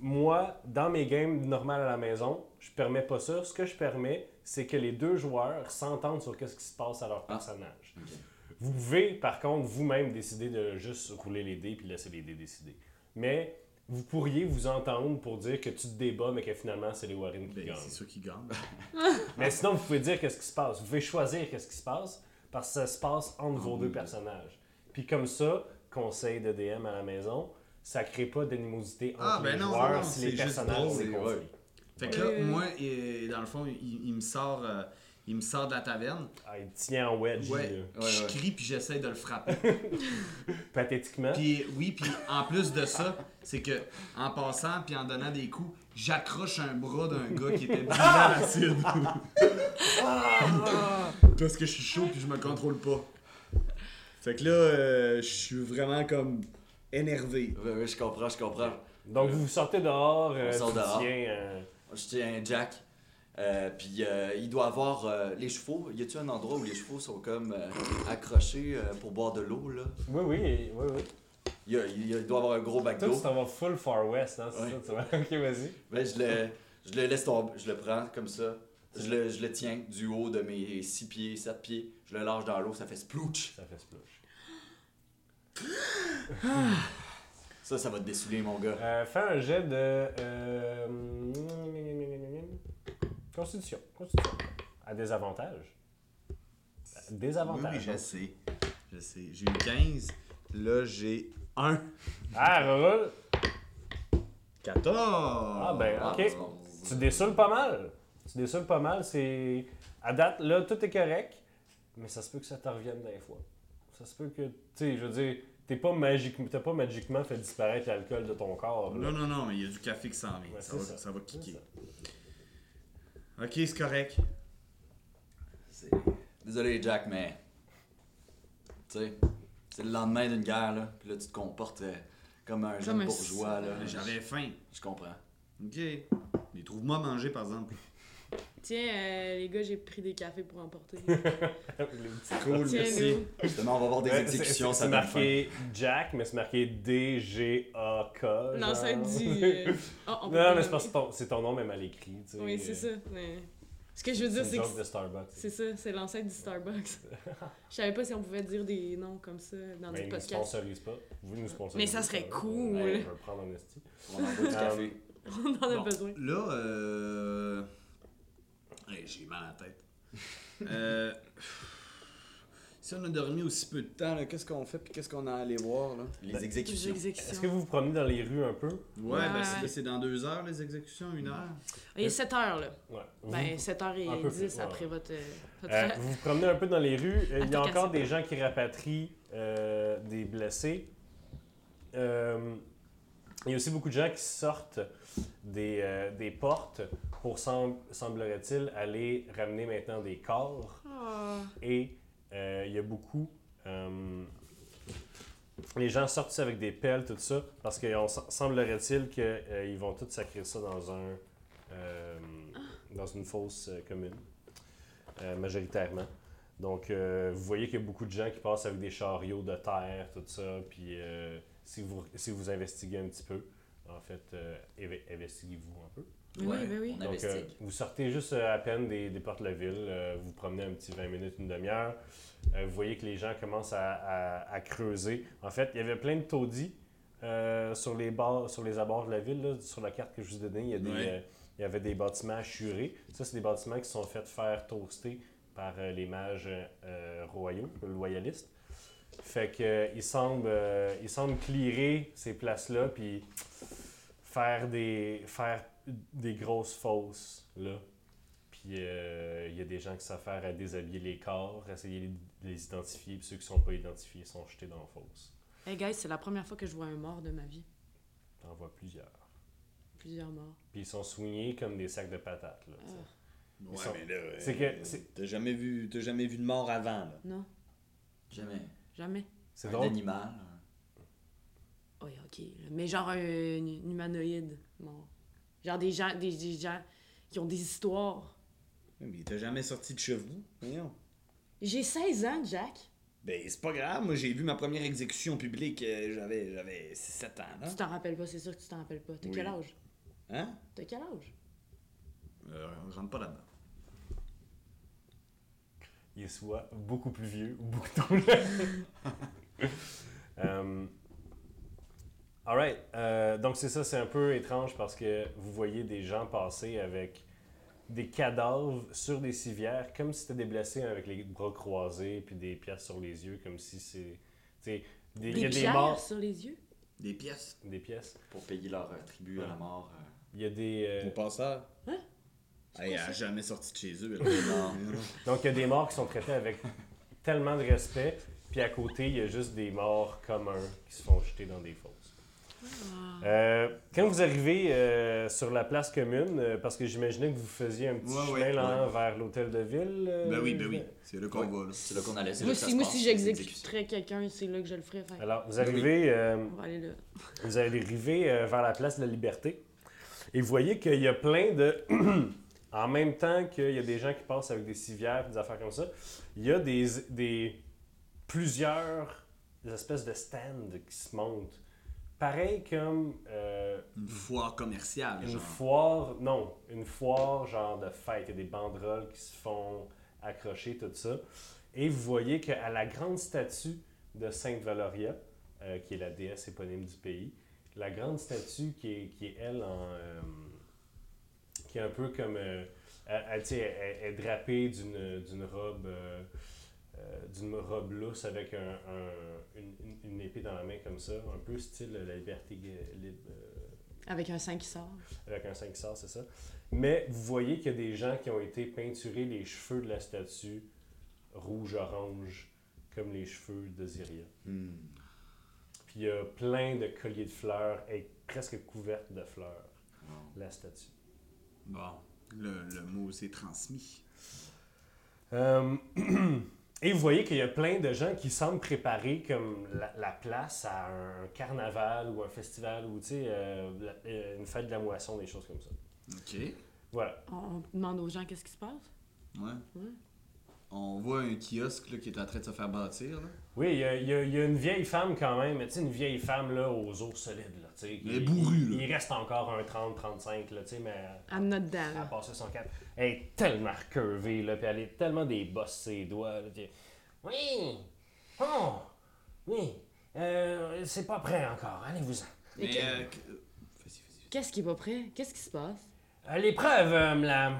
Speaker 1: moi, dans mes games normales à la maison, je permets pas ça. Ce que je permets, c'est que les deux joueurs s'entendent sur qu'est-ce qui se passe à leur
Speaker 2: Ah.
Speaker 1: personnage. Vous pouvez, par contre, vous-même décider de juste rouler les dés puis laisser les dés décider. Mais vous pourriez vous entendre pour dire que tu te débats, mais que finalement, c'est les Warren qui
Speaker 3: Ben,
Speaker 1: gagnent.
Speaker 3: c'est sûr
Speaker 1: <laughs>
Speaker 3: qui gagne. Ah.
Speaker 1: Mais sinon, vous pouvez dire qu'est-ce qui se passe. Vous pouvez choisir qu'est-ce qui se passe parce que ça se passe entre vos
Speaker 3: Ah.
Speaker 1: deux personnages. Puis comme ça, conseil de DM à la maison, ça crée pas d'animosité entre
Speaker 3: Ah, ben
Speaker 1: les
Speaker 3: non,
Speaker 1: joueurs
Speaker 3: non,
Speaker 1: si
Speaker 3: c'est
Speaker 1: les
Speaker 3: juste
Speaker 1: personnages
Speaker 3: drôle,
Speaker 1: sont
Speaker 2: c'est-
Speaker 1: conflits.
Speaker 2: ouais.
Speaker 3: Fait que
Speaker 5: Oui, oui,
Speaker 3: là,
Speaker 5: oui.
Speaker 3: moi, euh, dans le fond, il, il me sort. euh, Il me sort de la taverne.
Speaker 1: Ah, il tient en wedge.
Speaker 3: Ouais.
Speaker 2: Ouais, ouais.
Speaker 3: Je crie puis j'essaie de le frapper.
Speaker 1: là. Pathétiquement.
Speaker 3: Puis oui, puis en plus de ça, c'est que en passant puis en donnant des coups, j'accroche un bras d'un gars qui était déjà
Speaker 1: Ah!
Speaker 3: à l'acide. <laughs> Parce que je suis chaud puis je me contrôle pas. Fait que là, euh, je suis vraiment comme énervé.
Speaker 2: Ouais, ouais, je comprends, je comprends.
Speaker 3: euh,
Speaker 1: Donc, vous vous sortez dehors. euh,
Speaker 2: sort
Speaker 1: tu
Speaker 2: dehors.
Speaker 1: tiens, euh,
Speaker 2: Je tiens Jack. Euh, puis euh, il doit avoir euh, les chevaux. Y a-tu un endroit où les chevaux sont comme euh, accrochés euh, pour boire de l'eau là
Speaker 1: Oui, oui, oui, oui.
Speaker 2: Il, y a- il y a- il doit avoir un gros bac
Speaker 1: Toi,
Speaker 2: d'eau.
Speaker 1: tu t'en vas full Far West, hein, c'est
Speaker 2: Ouais.
Speaker 1: ça? Tu vas... <laughs> ok, vas-y.
Speaker 2: Ben, je le, je le laisse tomber, je le prends comme ça. Je le, je le tiens du haut de mes 6 pieds, 7 pieds. Je le lâche dans l'eau, ça fait splouch.
Speaker 1: Ça fait splouche.
Speaker 2: Ça, ça va te dessouler, mon gars.
Speaker 1: Euh, fais un jet de. euh, Constitution. Constitution. À désavantage. À
Speaker 3: Oui,
Speaker 1: Désavantage.
Speaker 3: oui, je sais. Je sais. J'ai eu 15. Là, j'ai 1.
Speaker 1: ah, reroule.
Speaker 3: 14.
Speaker 1: Ah, ben,
Speaker 2: Ah,
Speaker 1: ok.
Speaker 2: c'est bon.
Speaker 1: Tu dessoules pas mal. Tu dessoules pas mal. C'est. À date, là, tout est correct. Mais ça se peut que ça te revienne d'un fois. Ça se peut que. Tu sais, je veux dire, t'es pas magiquement. T'as pas magiquement fait disparaître l'alcool de ton corps. là.
Speaker 3: Non, non, non, mais il y a du café qui s'en vient.
Speaker 1: Ouais,
Speaker 3: ça,
Speaker 1: c'est
Speaker 3: va,
Speaker 1: ça.
Speaker 3: ça va kicker.
Speaker 1: C'est
Speaker 3: Ok, c'est correct.
Speaker 2: C'est- Désolé, Jack, mais. Tu sais, c'est le lendemain d'une guerre, là. Puis là, tu te comportes euh, comme un jeune
Speaker 5: un
Speaker 2: bourgeois, là.
Speaker 3: J'avais faim.
Speaker 2: Je comprends.
Speaker 3: Ok. Mais trouve-moi à manger, par exemple.
Speaker 4: Tiens, euh, les gars, j'ai pris des cafés pour emporter.
Speaker 1: <laughs> Les petits-
Speaker 3: Cool,
Speaker 4: Tiens,
Speaker 3: merci.
Speaker 4: nous.
Speaker 2: Justement, on va avoir des
Speaker 1: Ouais,
Speaker 2: exécutions,
Speaker 1: c'est-
Speaker 2: ça
Speaker 1: C'est
Speaker 2: donne faim.
Speaker 1: marqué Jack, mais c'est marqué D-G-A-K.
Speaker 4: Non,
Speaker 1: genre.
Speaker 4: ça
Speaker 1: <laughs>
Speaker 4: dit. euh, oh, on peut
Speaker 1: Non,
Speaker 4: pas
Speaker 1: mais c'est parce
Speaker 4: nommer.
Speaker 1: que ton- c'est ton nom même mal écrit. tu sais.
Speaker 4: Oui, c'est ça. mais- Ce que je veux
Speaker 1: euh, C'est
Speaker 4: dire,
Speaker 1: une
Speaker 4: c'est
Speaker 1: joke
Speaker 4: que.
Speaker 1: de Starbucks.
Speaker 4: C'est ça, c'est l'ancêtre du
Speaker 1: <laughs>
Speaker 4: Starbucks. Je savais pas si on pouvait dire des noms comme ça dans
Speaker 1: Mais
Speaker 4: des
Speaker 1: Ben, ils nous
Speaker 4: podcasts.
Speaker 1: sponsorisent pas. Vous nous sponsorisez.
Speaker 4: Mais ça serait
Speaker 1: Starbucks.
Speaker 4: cool.
Speaker 1: Ouais, je vais le prendre en esti.
Speaker 2: On envoie
Speaker 1: Ah,
Speaker 2: du café.
Speaker 4: <laughs> On en a
Speaker 3: Bon,
Speaker 4: besoin.
Speaker 3: Là, euh... hey, j'ai mal à la tête. Euh, Si on a dormi aussi peu de temps, là, qu'est-ce qu'on fait puis qu'est-ce qu'on a allé voir là?
Speaker 2: Les exécutions.
Speaker 1: Est-ce que vous vous promenez dans les rues un peu
Speaker 3: Ouais,
Speaker 5: Ouais.
Speaker 3: ben c'est- c'est dans deux heures les exécutions, une heure.
Speaker 5: Il est 7 heures, là.
Speaker 1: Ouais. Vous-
Speaker 5: Ben, 7 heures
Speaker 1: Un
Speaker 5: et
Speaker 1: peu
Speaker 5: 10
Speaker 1: plus, ouais.
Speaker 5: après votre. euh, votre-
Speaker 1: Euh, vous vous promenez un peu dans les rues. Euh, Il y a
Speaker 5: Attends,
Speaker 1: encore
Speaker 5: Cassie.
Speaker 1: des gens qui rapatrient euh, des blessés. Euh, il y a aussi beaucoup de gens qui sortent des, euh, des portes pour, semb- semblerait-il, aller ramener maintenant des corps.
Speaker 5: Ah.
Speaker 1: Et euh, il y a beaucoup. euh, les gens sortent ça avec des pelles, tout ça, parce qu'on semblerait-il qu'ils vont tous sacrer ça dans un euh, dans une fosse euh, commune, euh, majoritairement. Donc, euh, vous voyez qu'il y a beaucoup de gens qui passent avec des chariots de terre, tout ça. Puis, euh, si, vous, si vous investiguez un petit peu, en fait, euh, éve- investiguez-vous un peu.
Speaker 5: Mais ben oui, mais oui.
Speaker 2: On
Speaker 1: Donc, euh,
Speaker 2: investigue.
Speaker 1: vous sortez juste euh, à peine des, des portes de la ville, euh, vous vous promenez un petit 20 minutes, une demi-heure. Euh, vous voyez que les gens commencent à, à- à creuser. En fait, il y avait plein de taudis euh, sur, les bords, sur les abords de la ville. là. sur la carte que je vous ai donnée, il y, a des,
Speaker 3: Ouais.
Speaker 1: euh, il y avait des bâtiments assurés. Ça, c'est des bâtiments qui sont faits faire toaster par euh, les mages euh, royaux, loyalistes. Fait que euh, ils semblent, euh, ils semblent clearer ces places-là, puis faire des faire des grosses fosses là. Puis euh, il y a des gens qui s'affairent à déshabiller les corps, essayer de les identifier, puis ceux qui sont pas identifiés sont jetés dans la fosse.
Speaker 5: Hey, guys, c'est la première fois que je vois un mort de ma vie.
Speaker 1: T'en vois plusieurs.
Speaker 5: Plusieurs morts.
Speaker 1: Puis ils sont soignés comme des sacs de patates là. tu sais.
Speaker 3: Ouais,
Speaker 1: sont-
Speaker 3: mais là, euh,
Speaker 1: c'est que- c'est-
Speaker 3: t'as jamais vu, t'as jamais vu de mort avant là.
Speaker 5: Non,
Speaker 2: Jamais.
Speaker 5: jamais.
Speaker 1: C'est
Speaker 2: Un
Speaker 1: drôle.
Speaker 2: animal. euh,
Speaker 5: Oui, ok. là. Mais genre un, un humanoïde mort. Genre des gens, des, des gens qui ont des histoires.
Speaker 3: Ouais, Mais t'as jamais sorti de chez vous, voyons.
Speaker 5: J'ai 16 ans, Jack.
Speaker 3: Ben c'est pas grave, moi j'ai vu ma première exécution publique, euh, j'avais j'avais 7 ans là.
Speaker 1: Hein?
Speaker 5: Tu t'en rappelles pas, c'est sûr que tu t'en rappelles pas. T'as
Speaker 3: Oui.
Speaker 5: quel âge?
Speaker 3: Hein?
Speaker 5: T'as quel âge?
Speaker 3: Euh, on rentre pas là-dedans.
Speaker 1: il soit beaucoup plus vieux ou beaucoup <laughs> trop jeune. Um, alright, euh, donc c'est ça, c'est un peu étrange parce que vous voyez des gens passer avec des cadavres sur des civières, comme si c'était des blessés avec les bras croisés puis des pierres sur les yeux, comme si c'est. tu sais, des- Il y a
Speaker 5: Des
Speaker 1: des
Speaker 5: pierres
Speaker 1: morts.
Speaker 5: sur les yeux?
Speaker 3: Des pièces.
Speaker 1: Des pièces.
Speaker 2: Pour payer leur euh, tribut à la mort. euh.
Speaker 5: Hein?
Speaker 1: Il y a des. euh,
Speaker 3: Au passeur. Elle n'a jamais sorti de chez eux. elle.
Speaker 2: euh.
Speaker 5: <laughs>
Speaker 1: Ah. Donc, il y a des morts qui sont traités avec tellement de respect, puis à côté, il y a juste des morts communs qui se font jeter dans des fosses. Euh, quand vous arrivez euh, sur la place commune, euh, parce que j'imaginais que vous faisiez un petit
Speaker 3: Ouais,
Speaker 1: chemin
Speaker 3: ouais,
Speaker 1: lent vers l'hôtel de ville. euh,
Speaker 3: Ben oui, ben oui. C'est là qu'on va. là.
Speaker 2: C'est là qu'on allait. c'est
Speaker 5: Moi,
Speaker 2: là que ça
Speaker 5: si,
Speaker 2: se
Speaker 5: moi,
Speaker 2: passe,
Speaker 5: si
Speaker 2: les
Speaker 5: j'exécuterais quelqu'un, c'est là que je le ferais. fait que
Speaker 1: Alors,
Speaker 3: Ben
Speaker 1: vous arrivez, euh,
Speaker 5: On va aller là.
Speaker 1: vous allez arriver euh, vers la place de la Liberté et vous voyez qu'il y a plein de. <clears throat> en même temps qu'il y a des gens qui passent avec des civières, des affaires comme ça, il y a des, des- plusieurs espèces de stands qui se montent. Pareil comme euh,
Speaker 3: Une foire commerciale,
Speaker 1: une
Speaker 3: genre.
Speaker 1: foire, non, une foire genre de fête. Il y a des banderoles qui se font accrocher, tout ça. Et vous voyez qu'à la grande statue de Sainte Valoria, euh, qui est la déesse éponyme du pays, la grande statue qui est, qui est elle, en, euh, qui est un peu comme. euh, elle, elle, tu sais, elle- elle est drapée d'une d'une robe. euh, euh, d'une robe lousse avec un- un- une, une- une épée dans la main comme ça, un peu style la liberté gu- libre, euh,
Speaker 5: Avec un 5 qui sort.
Speaker 1: avec un 5 qui sort, c'est ça. Mais vous voyez qu'il y a des gens qui ont été peinturés les cheveux de la statue rouge-orange, comme les cheveux de Ziria.
Speaker 2: Hmm.
Speaker 1: Puis il y a plein de colliers de fleurs, elle est presque couverte de fleurs,
Speaker 2: Wow.
Speaker 1: la statue.
Speaker 3: Bon, le, le mot s'est transmis.
Speaker 1: Euh, <clears throat> et vous voyez qu'il y a plein de gens qui semblent préparer comme la, la place à un carnaval ou un festival ou tu sais, euh, la- euh, une fête de la moisson, des choses comme ça.
Speaker 3: OK.
Speaker 1: Voilà.
Speaker 5: On, on demande aux gens qu'est-ce qui se passe.
Speaker 3: Ouais.
Speaker 5: Ouais.
Speaker 3: On voit un kiosque là, qui est en train de se faire bâtir. Là.
Speaker 1: Oui, il y, a- il y a- il y a une vieille femme quand même, mais tu sais, une vieille femme là, aux os solides. Là, tu sais,
Speaker 3: Elle est
Speaker 1: qui-
Speaker 3: bourrue, là.
Speaker 1: Il reste encore un 30-35, là, tu sais, mais
Speaker 5: Amener notre
Speaker 1: elle
Speaker 5: dame.
Speaker 1: a passé son cap. Elle est tellement recurvée, là, puis elle est tellement des bosses ses doigts. là, puis- Oui! Oh! Oui! Euh, c'est pas prêt encore, allez-vous-en.
Speaker 5: Et
Speaker 3: Mais.
Speaker 5: que-
Speaker 3: euh, que- euh, vas-y, vas-y.
Speaker 5: Qu'est-ce qui va prêt? Qu'est-ce qui se passe?
Speaker 1: Euh, L'épreuve, euh, la.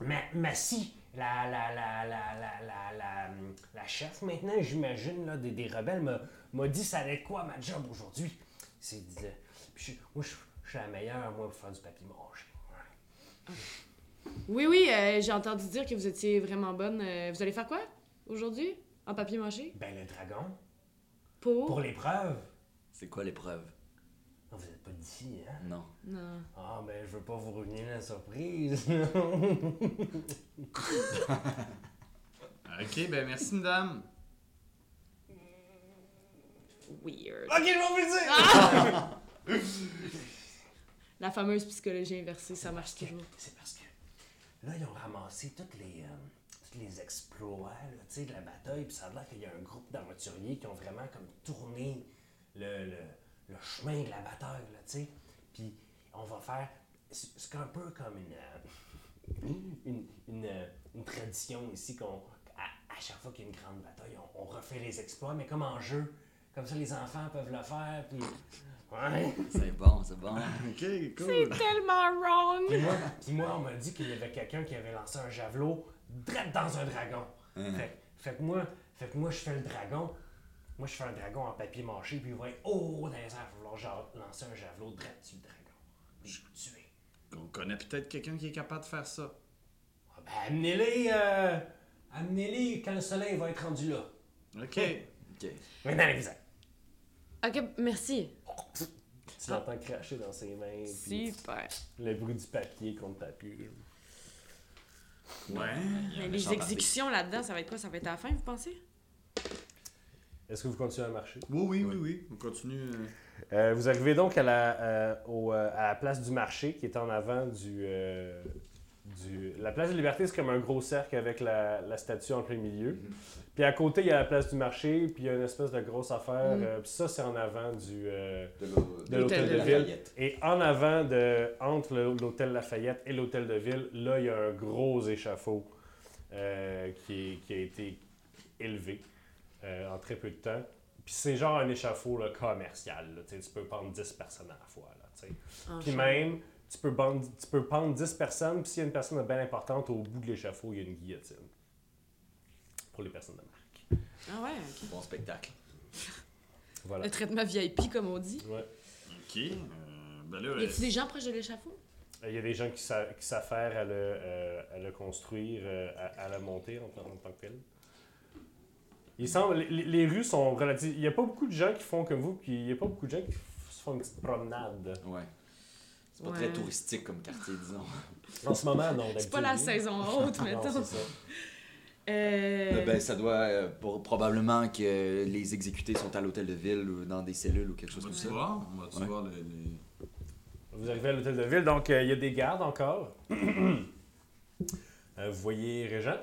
Speaker 1: Ma, Massy, la, la, la, la, la, la, la, la chef maintenant, j'imagine, là, des, des rebelles, m'a- m'a dit ça allait être quoi ma job aujourd'hui. C'est. euh, puis je- moi, je je suis la meilleure, moi, pour faire du papier mâché. Ouais.
Speaker 5: Oui, oui, euh, j'ai entendu dire que vous étiez vraiment bonne. Euh, vous allez faire quoi aujourd'hui? En papier mâché?
Speaker 1: Ben, le dragon,
Speaker 5: Pour?
Speaker 1: pour l'épreuve.
Speaker 2: C'est quoi l'épreuve
Speaker 1: Ah, Vous êtes pas d'ici, hein?
Speaker 2: Non.
Speaker 5: Non.
Speaker 1: Ah, ben, je veux pas vous ruiner la surprise. <laughs>
Speaker 3: Ok, ben merci, madame.
Speaker 5: Weird.
Speaker 1: ok, je vais vous le dire!
Speaker 5: La fameuse psychologie inversée, ça marche toujours.
Speaker 1: C'est parce que là, ils ont ramassé toutes les, euh, tous les exploits là, tu sais, de la bataille, puis ça a l'air qu'il y a un groupe d'aventuriers qui ont vraiment comme tourné le, le, le chemin de la bataille, là, tu sais. Puis on va faire. C'est c'est un peu comme une, euh, <laughs> une, une, euh, une tradition ici qu'on. À, à chaque fois qu'il y a une grande bataille, on, on refait les exploits, mais comme en jeu. Comme ça, les enfants peuvent le faire, puis. Ouais.
Speaker 2: C'est bon, c'est bon.
Speaker 3: Ok, cool.
Speaker 5: Tellement wrong!
Speaker 1: Puis moi, puis moi, on m'a dit qu'il y avait quelqu'un qui avait lancé un javelot direct dans un dragon. Fait, fait que moi, fait que moi, je fais le dragon. Moi, je fais un dragon en papier mâché, puis il va être oh, dans les airs, vouloir ja- lancer un javelot direct sur le dragon. Puis je vais le tuer.
Speaker 3: On connaît peut-être quelqu'un qui est capable de faire ça.
Speaker 1: Ah ben, amenez-les, euh, amenez-les quand le soleil va être rendu là.
Speaker 3: Ok.
Speaker 2: Ok.
Speaker 1: Maintenant, allez-vous-en.
Speaker 5: Ok, merci.
Speaker 1: Tu l'entends cracher dans ses mains, puis
Speaker 5: Super.
Speaker 1: le bruit du papier contre ta pure.
Speaker 3: Ouais.
Speaker 5: Mais les exécutions là-dedans, ça va être quoi? Ça va être à la fin, vous pensez?
Speaker 1: Est-ce que vous continuez à marcher?
Speaker 3: Oui, oui, oui, oui. On continue. euh,
Speaker 1: Euh, vous arrivez donc à la, euh, au, euh, à la place du marché qui est en avant du, euh, du- La place de liberté, c'est comme un gros cercle avec la, la statue en plein milieu. Puis à côté, il y a la place du marché, puis il y a une espèce de grosse affaire.
Speaker 5: Mhm.
Speaker 1: euh, puis ça, c'est en avant du. euh,
Speaker 2: De
Speaker 1: de
Speaker 2: l'hôtel
Speaker 1: l'hôtel
Speaker 5: de
Speaker 1: de
Speaker 2: la
Speaker 1: ville.
Speaker 2: Lafayette.
Speaker 1: Et en avant, de, entre le- l'hôtel Lafayette et l'hôtel de ville, là, il y a un gros échafaud euh, qui, est- qui a été élevé euh, en très peu de temps. Puis c'est genre un échafaud là, commercial. là, tu sais, tu peux prendre 10 personnes à la fois. Là, tu sais.
Speaker 5: Ah,
Speaker 1: Puis même, tu peux, pendre, tu peux pendre 10 personnes, puis s'il y a une personne bien importante, au bout de l'échafaud, il y a une guillotine. Pour les personnes de marque.
Speaker 5: Ah ouais, ok.
Speaker 2: Bon spectacle.
Speaker 1: Voilà.
Speaker 5: Le traitement VIP, comme on dit.
Speaker 1: Ouais.
Speaker 3: Ok. euh, ben là,
Speaker 5: Y a-t-il
Speaker 3: euh,
Speaker 5: des gens proches de l'échafaud?
Speaker 1: Euh, Il y a des gens qui, sa- qui s'affairent à le, euh, à le construire, euh, à, à le monter en, tant- en tant que tel. Il semble, les, les rues sont relatives. Il n'y a pas beaucoup de gens qui font comme vous, puis il n'y a pas beaucoup de gens qui f- se font une petite promenade.
Speaker 2: Ouais. C'est pas
Speaker 5: Ouais.
Speaker 2: très touristique comme quartier, disons.
Speaker 1: En ce moment, non.
Speaker 5: C'est pas la
Speaker 1: d'habitude, <laughs>
Speaker 5: saison haute,
Speaker 1: oui. Non,
Speaker 5: mettons.
Speaker 1: c'est ça.
Speaker 5: Euh,
Speaker 2: Ben, ça doit. euh, pour, probablement que les exécutés sont à l'hôtel de ville ou dans des cellules ou quelque chose
Speaker 6: On
Speaker 2: comme
Speaker 6: va-tu
Speaker 2: ça.
Speaker 6: voir? On va-tu
Speaker 2: Ouais.
Speaker 6: voir les- les...
Speaker 1: Vous arrivez à l'hôtel de ville, donc euh, il y a des gardes encore. <clears throat> Euh, vous voyez Régent.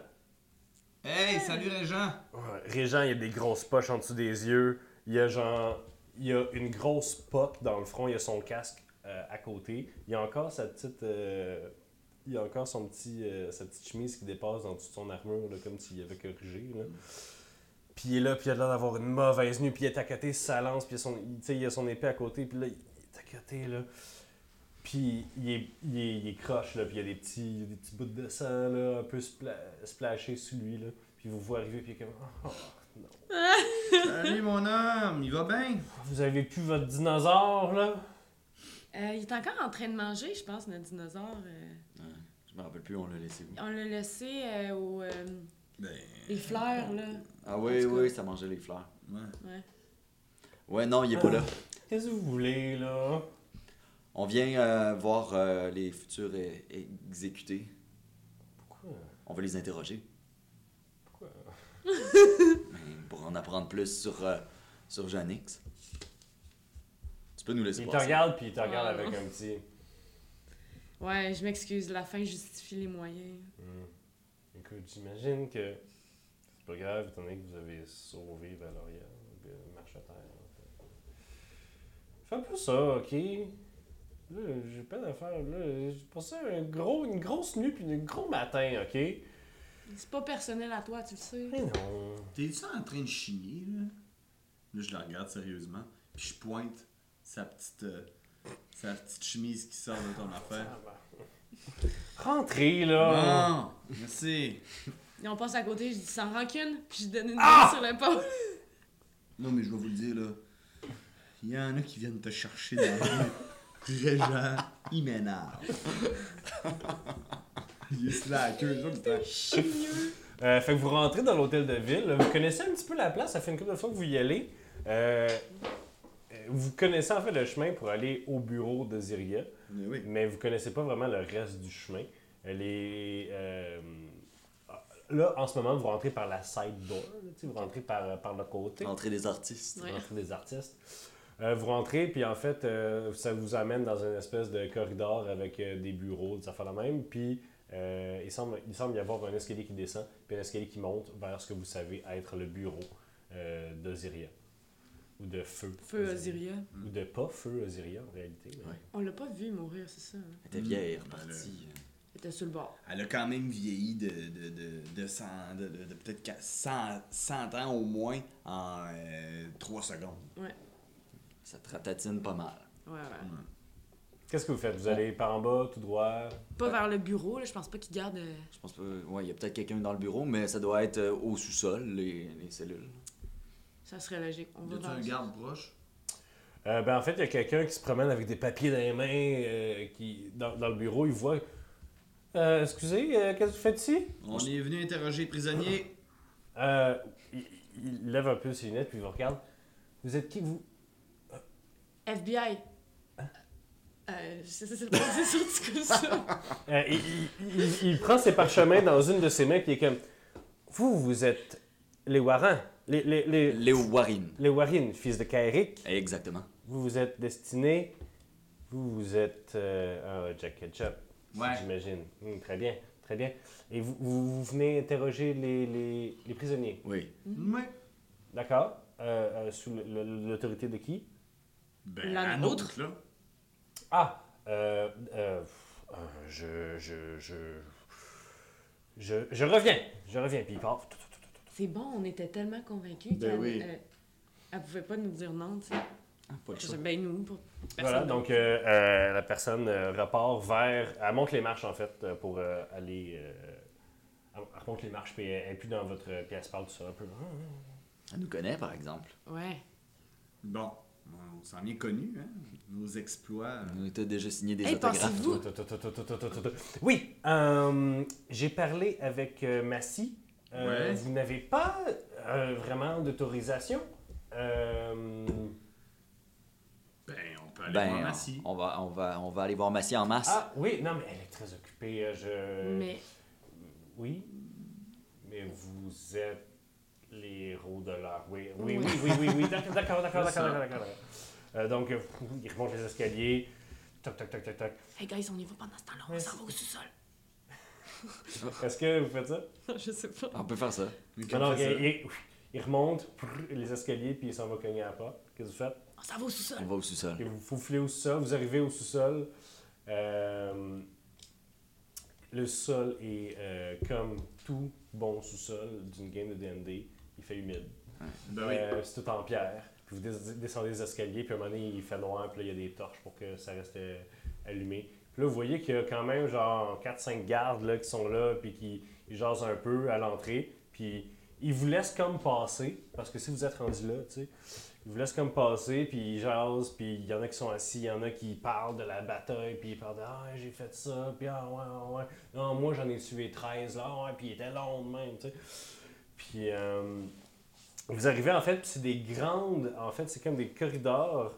Speaker 6: Hey, salut Régent!
Speaker 1: Ouais, Régent, il y a des grosses poches en dessous des yeux. Il y a genre. Il y a une grosse poque dans le front. Il y a son casque euh, à côté. Il y a encore sa petite. euh, il y a encore son petit, euh, sa petite chemise qui dépasse dans toute son armure, là, comme s'il avait corrigé. Là. Puis il est là, puis il a l'air d'avoir une mauvaise nuit. Puis il est à côté, sa lance, puis il a son, il- tu sais, il a son épée à côté. Puis là, il est à côté, là. Puis il est, il est- il est croche, là. Puis il y a des petits, il y a des petits bouts de sang, là, un peu spla splashés sur lui, là. Puis vous voyez arriver, puis il est comme. <laughs> Oh, non.
Speaker 3: Salut mon homme, il va bien?
Speaker 1: Vous avez plus votre dinosaure, là?
Speaker 5: euh, il est encore en train de manger, je pense, notre dinosaure. euh.
Speaker 2: Je me rappelle plus, on l'a laissé où.
Speaker 5: on l'a laissé euh, aux euh,
Speaker 6: Ben,
Speaker 5: les fleurs, là.
Speaker 2: Ah oui,
Speaker 5: En tout cas.
Speaker 2: oui, ça mangeait les fleurs.
Speaker 6: ouais.
Speaker 5: Ouais.
Speaker 2: Ouais, non, il est
Speaker 5: Ah.
Speaker 2: pas là.
Speaker 1: Qu'est-ce que vous voulez, là?
Speaker 2: On vient euh, voir euh, les futurs euh, exécutés.
Speaker 1: Pourquoi?
Speaker 2: On va les interroger.
Speaker 1: Pourquoi?
Speaker 2: <laughs> Mais Pour en apprendre plus sur, euh, sur Janix. Tu peux nous laisser
Speaker 1: Il te
Speaker 2: passer.
Speaker 1: regarde, puis il te regarde
Speaker 5: Ah.
Speaker 1: avec un petit.
Speaker 5: Ouais, je m'excuse, la fin justifie les moyens.
Speaker 1: Écoute, j'imagine que c'est pas grave, étant donné que vous avez sauvé Valoria, le marche à terre. Fais un peu ça, ok? Là, j'ai plein d'affaires. Là, j'ai passé un gros, une grosse nuit puis un gros matin, ok? Eh
Speaker 5: C'est pas personnel à toi, tu le sais.
Speaker 1: non.
Speaker 6: T'es-tu en train de chier, là? Là, je la regarde sérieusement, puis je pointe sa petite, euh, sa petite chemise qui sort de ton affaire.
Speaker 1: Ah, bah. Rentrez, là!
Speaker 6: Bon, merci.
Speaker 5: Et on passe à côté, je dis sans rancune, puis je donne une
Speaker 1: Ah!
Speaker 5: main sur l'épaule.
Speaker 6: Non, mais je vais vous le dire, là. Il y en a qui viennent te chercher dans la rue. Régent, il m'énerve. il est sur la queue, ça, putain.
Speaker 1: Euh, fait que vous rentrez dans l'hôtel de ville. là. Vous connaissez un petit peu la place. Ça fait une couple de fois que vous y allez. Euh, euh, vous connaissez en fait le chemin pour aller au bureau de Ziria,
Speaker 6: Mais oui.
Speaker 1: mais vous connaissez pas vraiment le reste du chemin. Euh, Les, euh, là, en ce moment, vous rentrez par la side door. là, tu sais, vous rentrez par, par le côté.
Speaker 2: L'entrée des artistes.
Speaker 5: Ouais.
Speaker 1: L'entrée des artistes. Euh, vous rentrez, puis en fait, euh, ça vous amène dans une espèce de corridor avec euh, des bureaux, ça fait la même. Puis euh, il, semble, il semble y avoir un escalier qui descend, puis un escalier qui monte vers ce que vous savez être le bureau euh, d'Osiria. Ou de Feu.
Speaker 5: Feu Osiria.
Speaker 1: Ou de pas Feu Osiria, en réalité. mais-
Speaker 2: Ouais.
Speaker 5: On l'a pas vu mourir, c'est ça. hein.
Speaker 2: Elle était
Speaker 6: Mm.
Speaker 2: vieille, elle est euh,
Speaker 6: Ben là.
Speaker 2: repartie.
Speaker 5: Il était sur le bord.
Speaker 3: Elle a quand même vieilli de, de, de, de, 100, de, de- de peut-être qu'à 100, 100 ans au moins en 3 secondes.
Speaker 2: Ça te ratatine pas mal.
Speaker 5: Ouais, ouais.
Speaker 1: Qu'est-ce que vous faites Vous allez par en bas, tout droit
Speaker 5: Pas vers le bureau, là, je pense pas qu'il garde. euh,
Speaker 2: Je pense pas. Ouais, il y a peut-être quelqu'un dans le bureau, mais ça doit être euh, au sous-sol, les, les cellules.
Speaker 5: Ça serait logique. On
Speaker 6: Y
Speaker 5: va
Speaker 6: a-tu
Speaker 5: vers
Speaker 6: un
Speaker 5: le-
Speaker 6: garde proche?
Speaker 1: Euh, ben, en fait, il y a quelqu'un qui se promène avec des papiers dans les mains euh, qui, dans, dans le bureau. Il voit. Euh, excusez, euh, qu'est-ce que vous faites ici
Speaker 6: On est venu interroger les prisonniers.
Speaker 1: Euh, il, il lève un peu ses lunettes puis il vous regarde. Vous êtes qui vous
Speaker 5: FBI. Euh, je sais c'est pas c'est <laughs> sorti comme ça.
Speaker 1: Euh, il, il- il- il prend ses parchemins dans une de ses mains puis il est comme vous vous êtes les Warren, les les les,
Speaker 2: Léo Warren.
Speaker 1: les Warren, fils de Kaerik.
Speaker 2: Exactement.
Speaker 1: Vous vous êtes destiné. Vous vous êtes euh, ah, Jack Ketchup.
Speaker 6: Ouais.
Speaker 1: J'imagine. Hum, très bien, très bien. Et vous, vous, vous venez interroger les, les, les prisonniers.
Speaker 2: Oui.
Speaker 5: Mm-hmm.
Speaker 6: Ouais.
Speaker 1: D'accord. Euh, euh, sous le- le- l'autorité de qui
Speaker 6: Ben,
Speaker 5: La
Speaker 6: la
Speaker 5: nôtre.
Speaker 6: nôtre, là.
Speaker 1: Ah, euh, euh, pff, euh, je, je, je, je, je reviens, je reviens, puis il part. Tout, tout, tout, tout, tout.
Speaker 5: C'est bon, on était tellement convaincus
Speaker 6: Ben
Speaker 5: qu'elle
Speaker 6: oui.
Speaker 5: euh, elle pouvait pas nous dire non, tu sais.
Speaker 2: Ah, pas le
Speaker 5: Je
Speaker 2: choix.
Speaker 5: sais, ben nous, pour
Speaker 1: Voilà,
Speaker 5: personne.
Speaker 1: donc euh, euh, la personne euh, repart vers, elle monte les marches en fait euh, pour euh, aller, euh, elle elle remonte les marches puis euh, elle elle est plus dans votre, puis elle se parle tout seul un peu.
Speaker 2: Elle nous connaît, par exemple.
Speaker 5: Ouais.
Speaker 6: Bon, on s'en est connu, hein? Nos exploits.
Speaker 2: On était déjà signé des
Speaker 5: Hey,
Speaker 2: autographes.
Speaker 5: pensez-vous,
Speaker 1: Oui, euh, j'ai parlé avec euh, Massy. Euh,
Speaker 6: Ouais.
Speaker 1: Vous n'avez pas euh, vraiment d'autorisation. Euh,
Speaker 6: Ben, on peut aller voir
Speaker 2: Ben,
Speaker 6: Massy.
Speaker 2: on va, on, va, on va aller voir Massy en masse.
Speaker 1: Ah oui, non, mais elle est très occupée. euh, Je...
Speaker 5: mais
Speaker 1: Oui. Mais vous êtes les héros de l'art. Oui, oui,
Speaker 5: Oui.
Speaker 1: oui, oui, oui, oui. D'accord, d'accord, d'accord,
Speaker 6: C'est
Speaker 1: d'accord,
Speaker 6: ça.
Speaker 1: d'accord, d'accord. Euh, donc, euh, il remonte les escaliers. Toc, toc, toc, toc, toc.
Speaker 5: hey guys, on y va pendant ce temps-là, on
Speaker 1: Mais
Speaker 5: s'en
Speaker 1: c'est-
Speaker 5: va au sous-sol.
Speaker 1: Est-ce que vous faites ça? <laughs>
Speaker 5: je sais pas.
Speaker 2: On peut faire ça.
Speaker 6: Ok,
Speaker 1: Non, non,
Speaker 6: c'est
Speaker 1: il, il- il remonte prrr, les escaliers, puis il s'en va cogner à la porte. Qu'est-ce que vous faites?
Speaker 5: On s'en va au
Speaker 2: On
Speaker 5: sous-sol.
Speaker 2: va au sous-sol.
Speaker 1: Et vous vous filez au sous-sol, vous arrivez au sous-sol. Euh, le sol est euh, comme tout bon sous-sol d'une game de D&D. Il fait humide.
Speaker 6: ça. Ben oui.
Speaker 1: Euh, c'est tout en pierre. Puis vous dé- descendez les escaliers, puis à un moment donné, il fait noir, puis là, il y a des torches pour que ça reste euh, allumé. Puis là, vous voyez qu'il y a quand même genre 4-5 gardes là, qui sont là, puis qui ils jasent un peu à l'entrée. Puis ils vous laissent comme passer, parce que si vous êtes rendu là, tu sais, ils vous laissent comme passer, puis ils jasent, puis il y en a qui sont assis, il y en a qui parlent de la bataille, puis ils parlent de Ah, j'ai fait ça, puis ah, ouais, ah, ouais. Non, moi, j'en ai tué 13, là, ah, ouais, puis il était long de même, tu sais. Puis. euh, vous arrivez en fait, puis c'est des grandes, en fait, c'est comme des corridors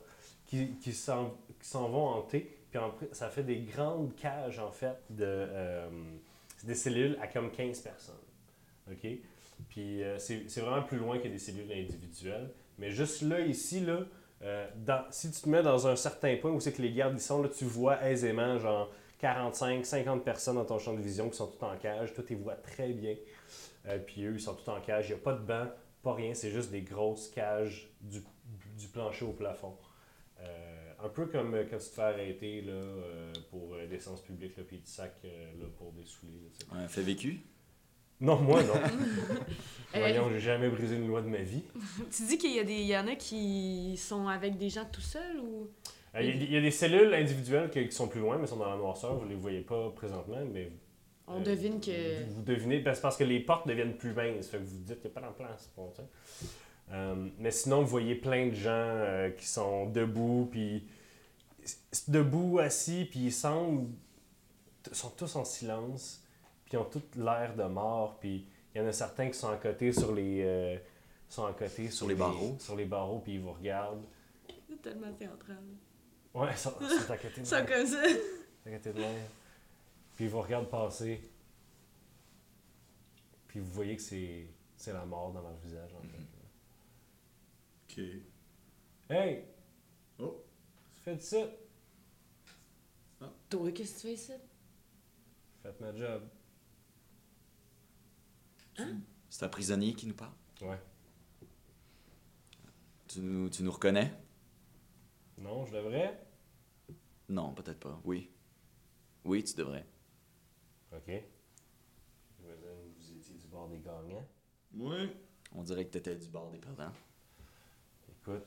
Speaker 1: qui, qui s'en qui s'en vont en T, puis en pr- ça fait des grandes cages en fait de euh, c'est des cellules à comme 15 personnes. OK? Puis euh, c'est c'est vraiment plus loin que des cellules individuelles, mais juste là, ici, là, euh, dans- si tu te mets dans un certain point où c'est que les gardes ils sont, là, tu vois aisément genre 45, 50 personnes dans ton champ de vision qui sont toutes en cage, toi, tu les vois très bien. Euh, puis eux, ils sont tous en cage, il n'y a pas de banc pas rien, c'est juste des grosses cages du, du plancher au plafond. Euh, un peu comme euh, quand tu te fais arrêter là, euh, pour euh, l'essence publique, là, puis du sac euh, là, pour des souliers. là, tu sais.
Speaker 2: Ouais, fait vécu.
Speaker 1: non, moi non. Voyons, j'ai jamais brisé une loi de ma vie.
Speaker 5: Euh, Tu dis qu'il y, a des- il y en a qui sont avec des gens tout seuls ou.
Speaker 1: Euh, Il y a- il y, a des cellules individuelles que- qui sont plus loin, mais sont dans la noirceur, vous les voyez pas présentement, mais.
Speaker 5: On
Speaker 1: euh,
Speaker 5: devine que.
Speaker 1: Vous, vous devinez, parce, parce que les portes deviennent plus minces, fait que vous vous dites qu'il n'y a pas d'en place pour ça. Euh, mais sinon, vous voyez plein de gens euh, qui sont debout, puis s- debout, assis, puis ils semblent t- sont tous en silence, puis ils ont tous l'air de mort, puis il y en a certains qui sont à côté sur les euh, sont à côté sur,
Speaker 2: les barreaux.
Speaker 1: sur les barreaux, puis ils vous regardent.
Speaker 5: C'est tellement théâtral.
Speaker 1: Ouais, ils sont, ils sont à côté de
Speaker 5: Ça
Speaker 1: moi.
Speaker 5: comme ça.
Speaker 1: Fait que t'es de même. Puis ils vous regardent passer. Puis vous voyez que c'est, c'est la mort dans leur visage, en fait.
Speaker 6: Ok.
Speaker 1: Hey!
Speaker 6: Oh.
Speaker 1: Tu fais de ça?
Speaker 5: Toi, qu'est-ce que tu fais ici?
Speaker 1: Faites ma job.
Speaker 2: C'est un prisonnier qui nous parle.
Speaker 1: Ouais.
Speaker 2: Tu nous, tu nous reconnais
Speaker 1: Non, je devrais?
Speaker 2: Non, peut-être pas. Oui. Oui, tu devrais.
Speaker 1: Ok. J'imagine que vous étiez du bord des gagnants.
Speaker 6: Ouais.
Speaker 2: On dirait que t'étais du bord des perdants.
Speaker 1: Écoute,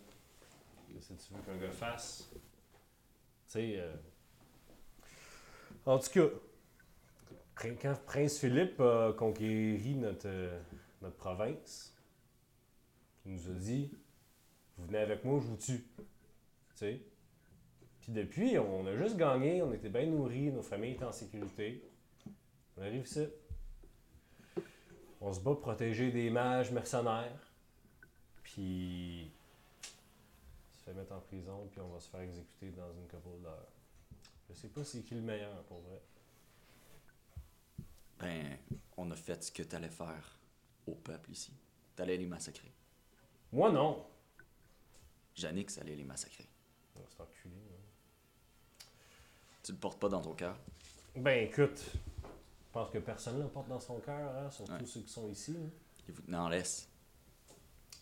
Speaker 1: qu'est-ce que tu veux qu'un gars fasse? Tu sais, euh, en tout cas, quand- quand Prince Philippe a conquéri notre, euh, notre province, il nous a dit Vous venez avec moi, je vous tue. Tu sais? Puis depuis, on a juste gagné, on était bien nourris, nos familles étaient en sécurité. On arrive ici. On se bat protéger des mages mercenaires. Puis on se fait mettre en prison, puis on va se faire exécuter dans une couple d'heures. Je sais pas c'est qui le meilleur pour vrai.
Speaker 2: Ben, on a fait ce que t'allais faire au peuple ici. T'allais les massacrer.
Speaker 1: Moi non!
Speaker 2: Janix allait les massacrer.
Speaker 1: Oh, C'est enculé. hein.
Speaker 2: Tu le portes pas dans ton cœur.
Speaker 1: Ben écoute, je pense que personne ne le porte dans son cœur, hein, surtout
Speaker 2: Ouais.
Speaker 1: ceux qui sont ici. hein.
Speaker 2: Il vous tenait en laisse.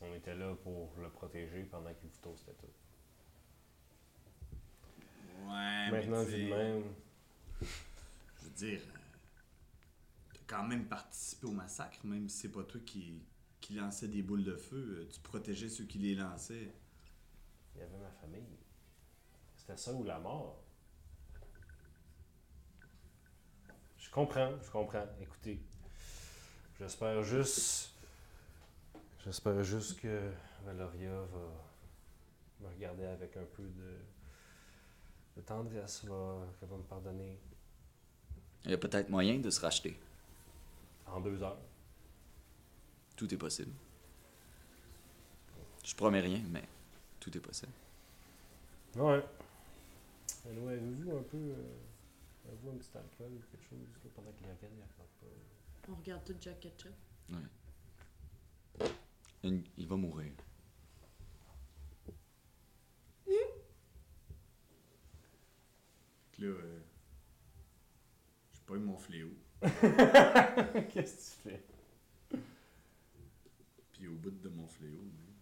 Speaker 1: On était là pour le protéger pendant qu'il vous toastait tout.
Speaker 6: Ouais,
Speaker 1: Maintenant,
Speaker 6: Ah, mais
Speaker 1: vu
Speaker 6: tu
Speaker 1: de
Speaker 6: sais,
Speaker 1: même.
Speaker 6: Je veux dire, euh, t'as quand même participé au massacre, même si c'est pas toi qui, qui lançais des boules de feu. euh, Tu protégeais ceux qui les lançaient.
Speaker 1: Il y avait ma famille. C'était ça ou la mort. Je comprends, je comprends. Écoutez, j'espère juste. J'espère juste que Valoria va me regardait avec un peu de, de tendresse, là, qu'elle va me pardonner
Speaker 2: Il y a peut-être moyen de se racheter.
Speaker 1: en deux heures.
Speaker 2: Tout est possible. Je promets rien, mais tout est possible.
Speaker 1: Ouais. Elle ouais, avez-vous un peu. Euh, avez-vous un petit alcool ou quelque chose là, pendant qu'il regarde, il regarde pas.
Speaker 5: On regarde tout Jack Ketchup.
Speaker 2: Une- Il va mourir.
Speaker 3: Fait que là, euh, je pogne mon fléau.
Speaker 1: <laughs> Qu'est-ce que tu fais?
Speaker 3: Puis au bout de mon fléau, même,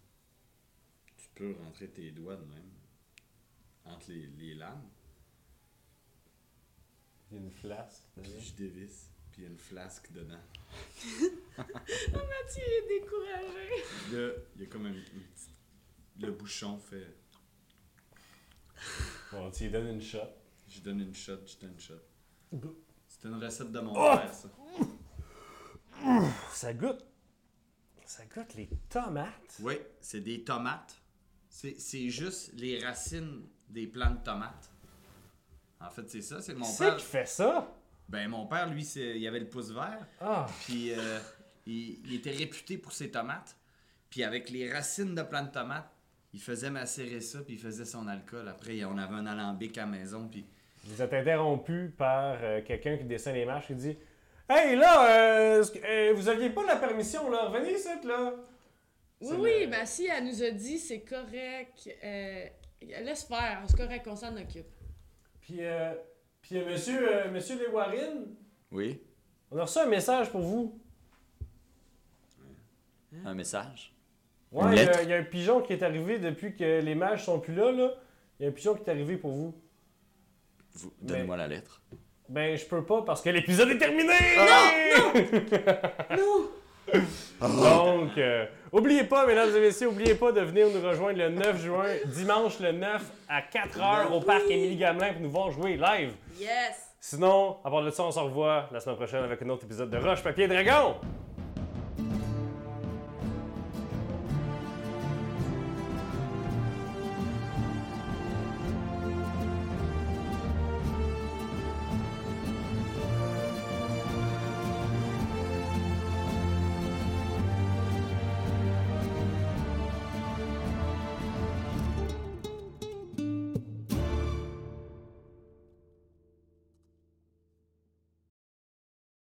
Speaker 3: tu peux rentrer tes doigts de même entre les, les lames.
Speaker 1: Il y a une flasque.
Speaker 3: Puis je dévisse. Puis il y a une flasque dedans.
Speaker 5: Oh, Mathieu est découragé.
Speaker 3: Puis là, il y a comme un, une petite- Le bouchon fait...
Speaker 1: Bon, tu lui donnes une shot.
Speaker 3: Je donne une shot, je donne une shot.
Speaker 1: Go.
Speaker 3: C'est une recette de mon père, ça.
Speaker 1: Ça goûte. Ça goûte les tomates.
Speaker 3: Oui, c'est des tomates. C'est c'est juste les racines des plants de tomates. En fait, c'est ça, c'est que mon
Speaker 1: Qui c'est
Speaker 3: père.
Speaker 1: qui fait ça?
Speaker 3: Ben, mon père, lui, c'est- il avait le pouce vert.
Speaker 1: Ah!
Speaker 3: Puis euh, il, il était réputé pour ses tomates. Puis avec les racines de plantes de tomates, il faisait macérer ça, puis il faisait son alcool. Après, on avait un alambic à la maison, puis
Speaker 1: Vous êtes interrompu par euh, quelqu'un qui descend les marches et dit Hey là, euh, est-ce que- euh, vous aviez pas la permission, là, revenez ici, là.
Speaker 5: Oui,
Speaker 1: C'est
Speaker 5: oui,
Speaker 1: le-
Speaker 5: ben si elle nous a dit c'est correct, euh, laisse faire, c'est correct, on s'en occupe.
Speaker 1: Puis, euh, puis euh, monsieur, euh, monsieur Lewarine,
Speaker 2: Oui?
Speaker 1: on a reçu un message pour vous.
Speaker 2: Un message? Une
Speaker 1: Ouais, il y,
Speaker 2: lettre?
Speaker 1: a- il y a un pigeon qui est arrivé depuis que les mages sont plus là, là. Il y a un pigeon qui est arrivé pour vous.
Speaker 2: Vous- Donnez-moi la lettre.
Speaker 1: Ben, je peux pas parce que l'épisode est terminé!
Speaker 7: Non!
Speaker 1: Donc, euh, oubliez pas, mesdames et messieurs, oubliez pas de venir nous rejoindre le 9 juin, dimanche le 9 à 4h au parc Émilie Gamelin pour nous voir jouer live.
Speaker 7: Yes!
Speaker 1: Sinon, à part de ça, on se revoit la semaine prochaine avec un autre épisode de Roche Papier Dragon!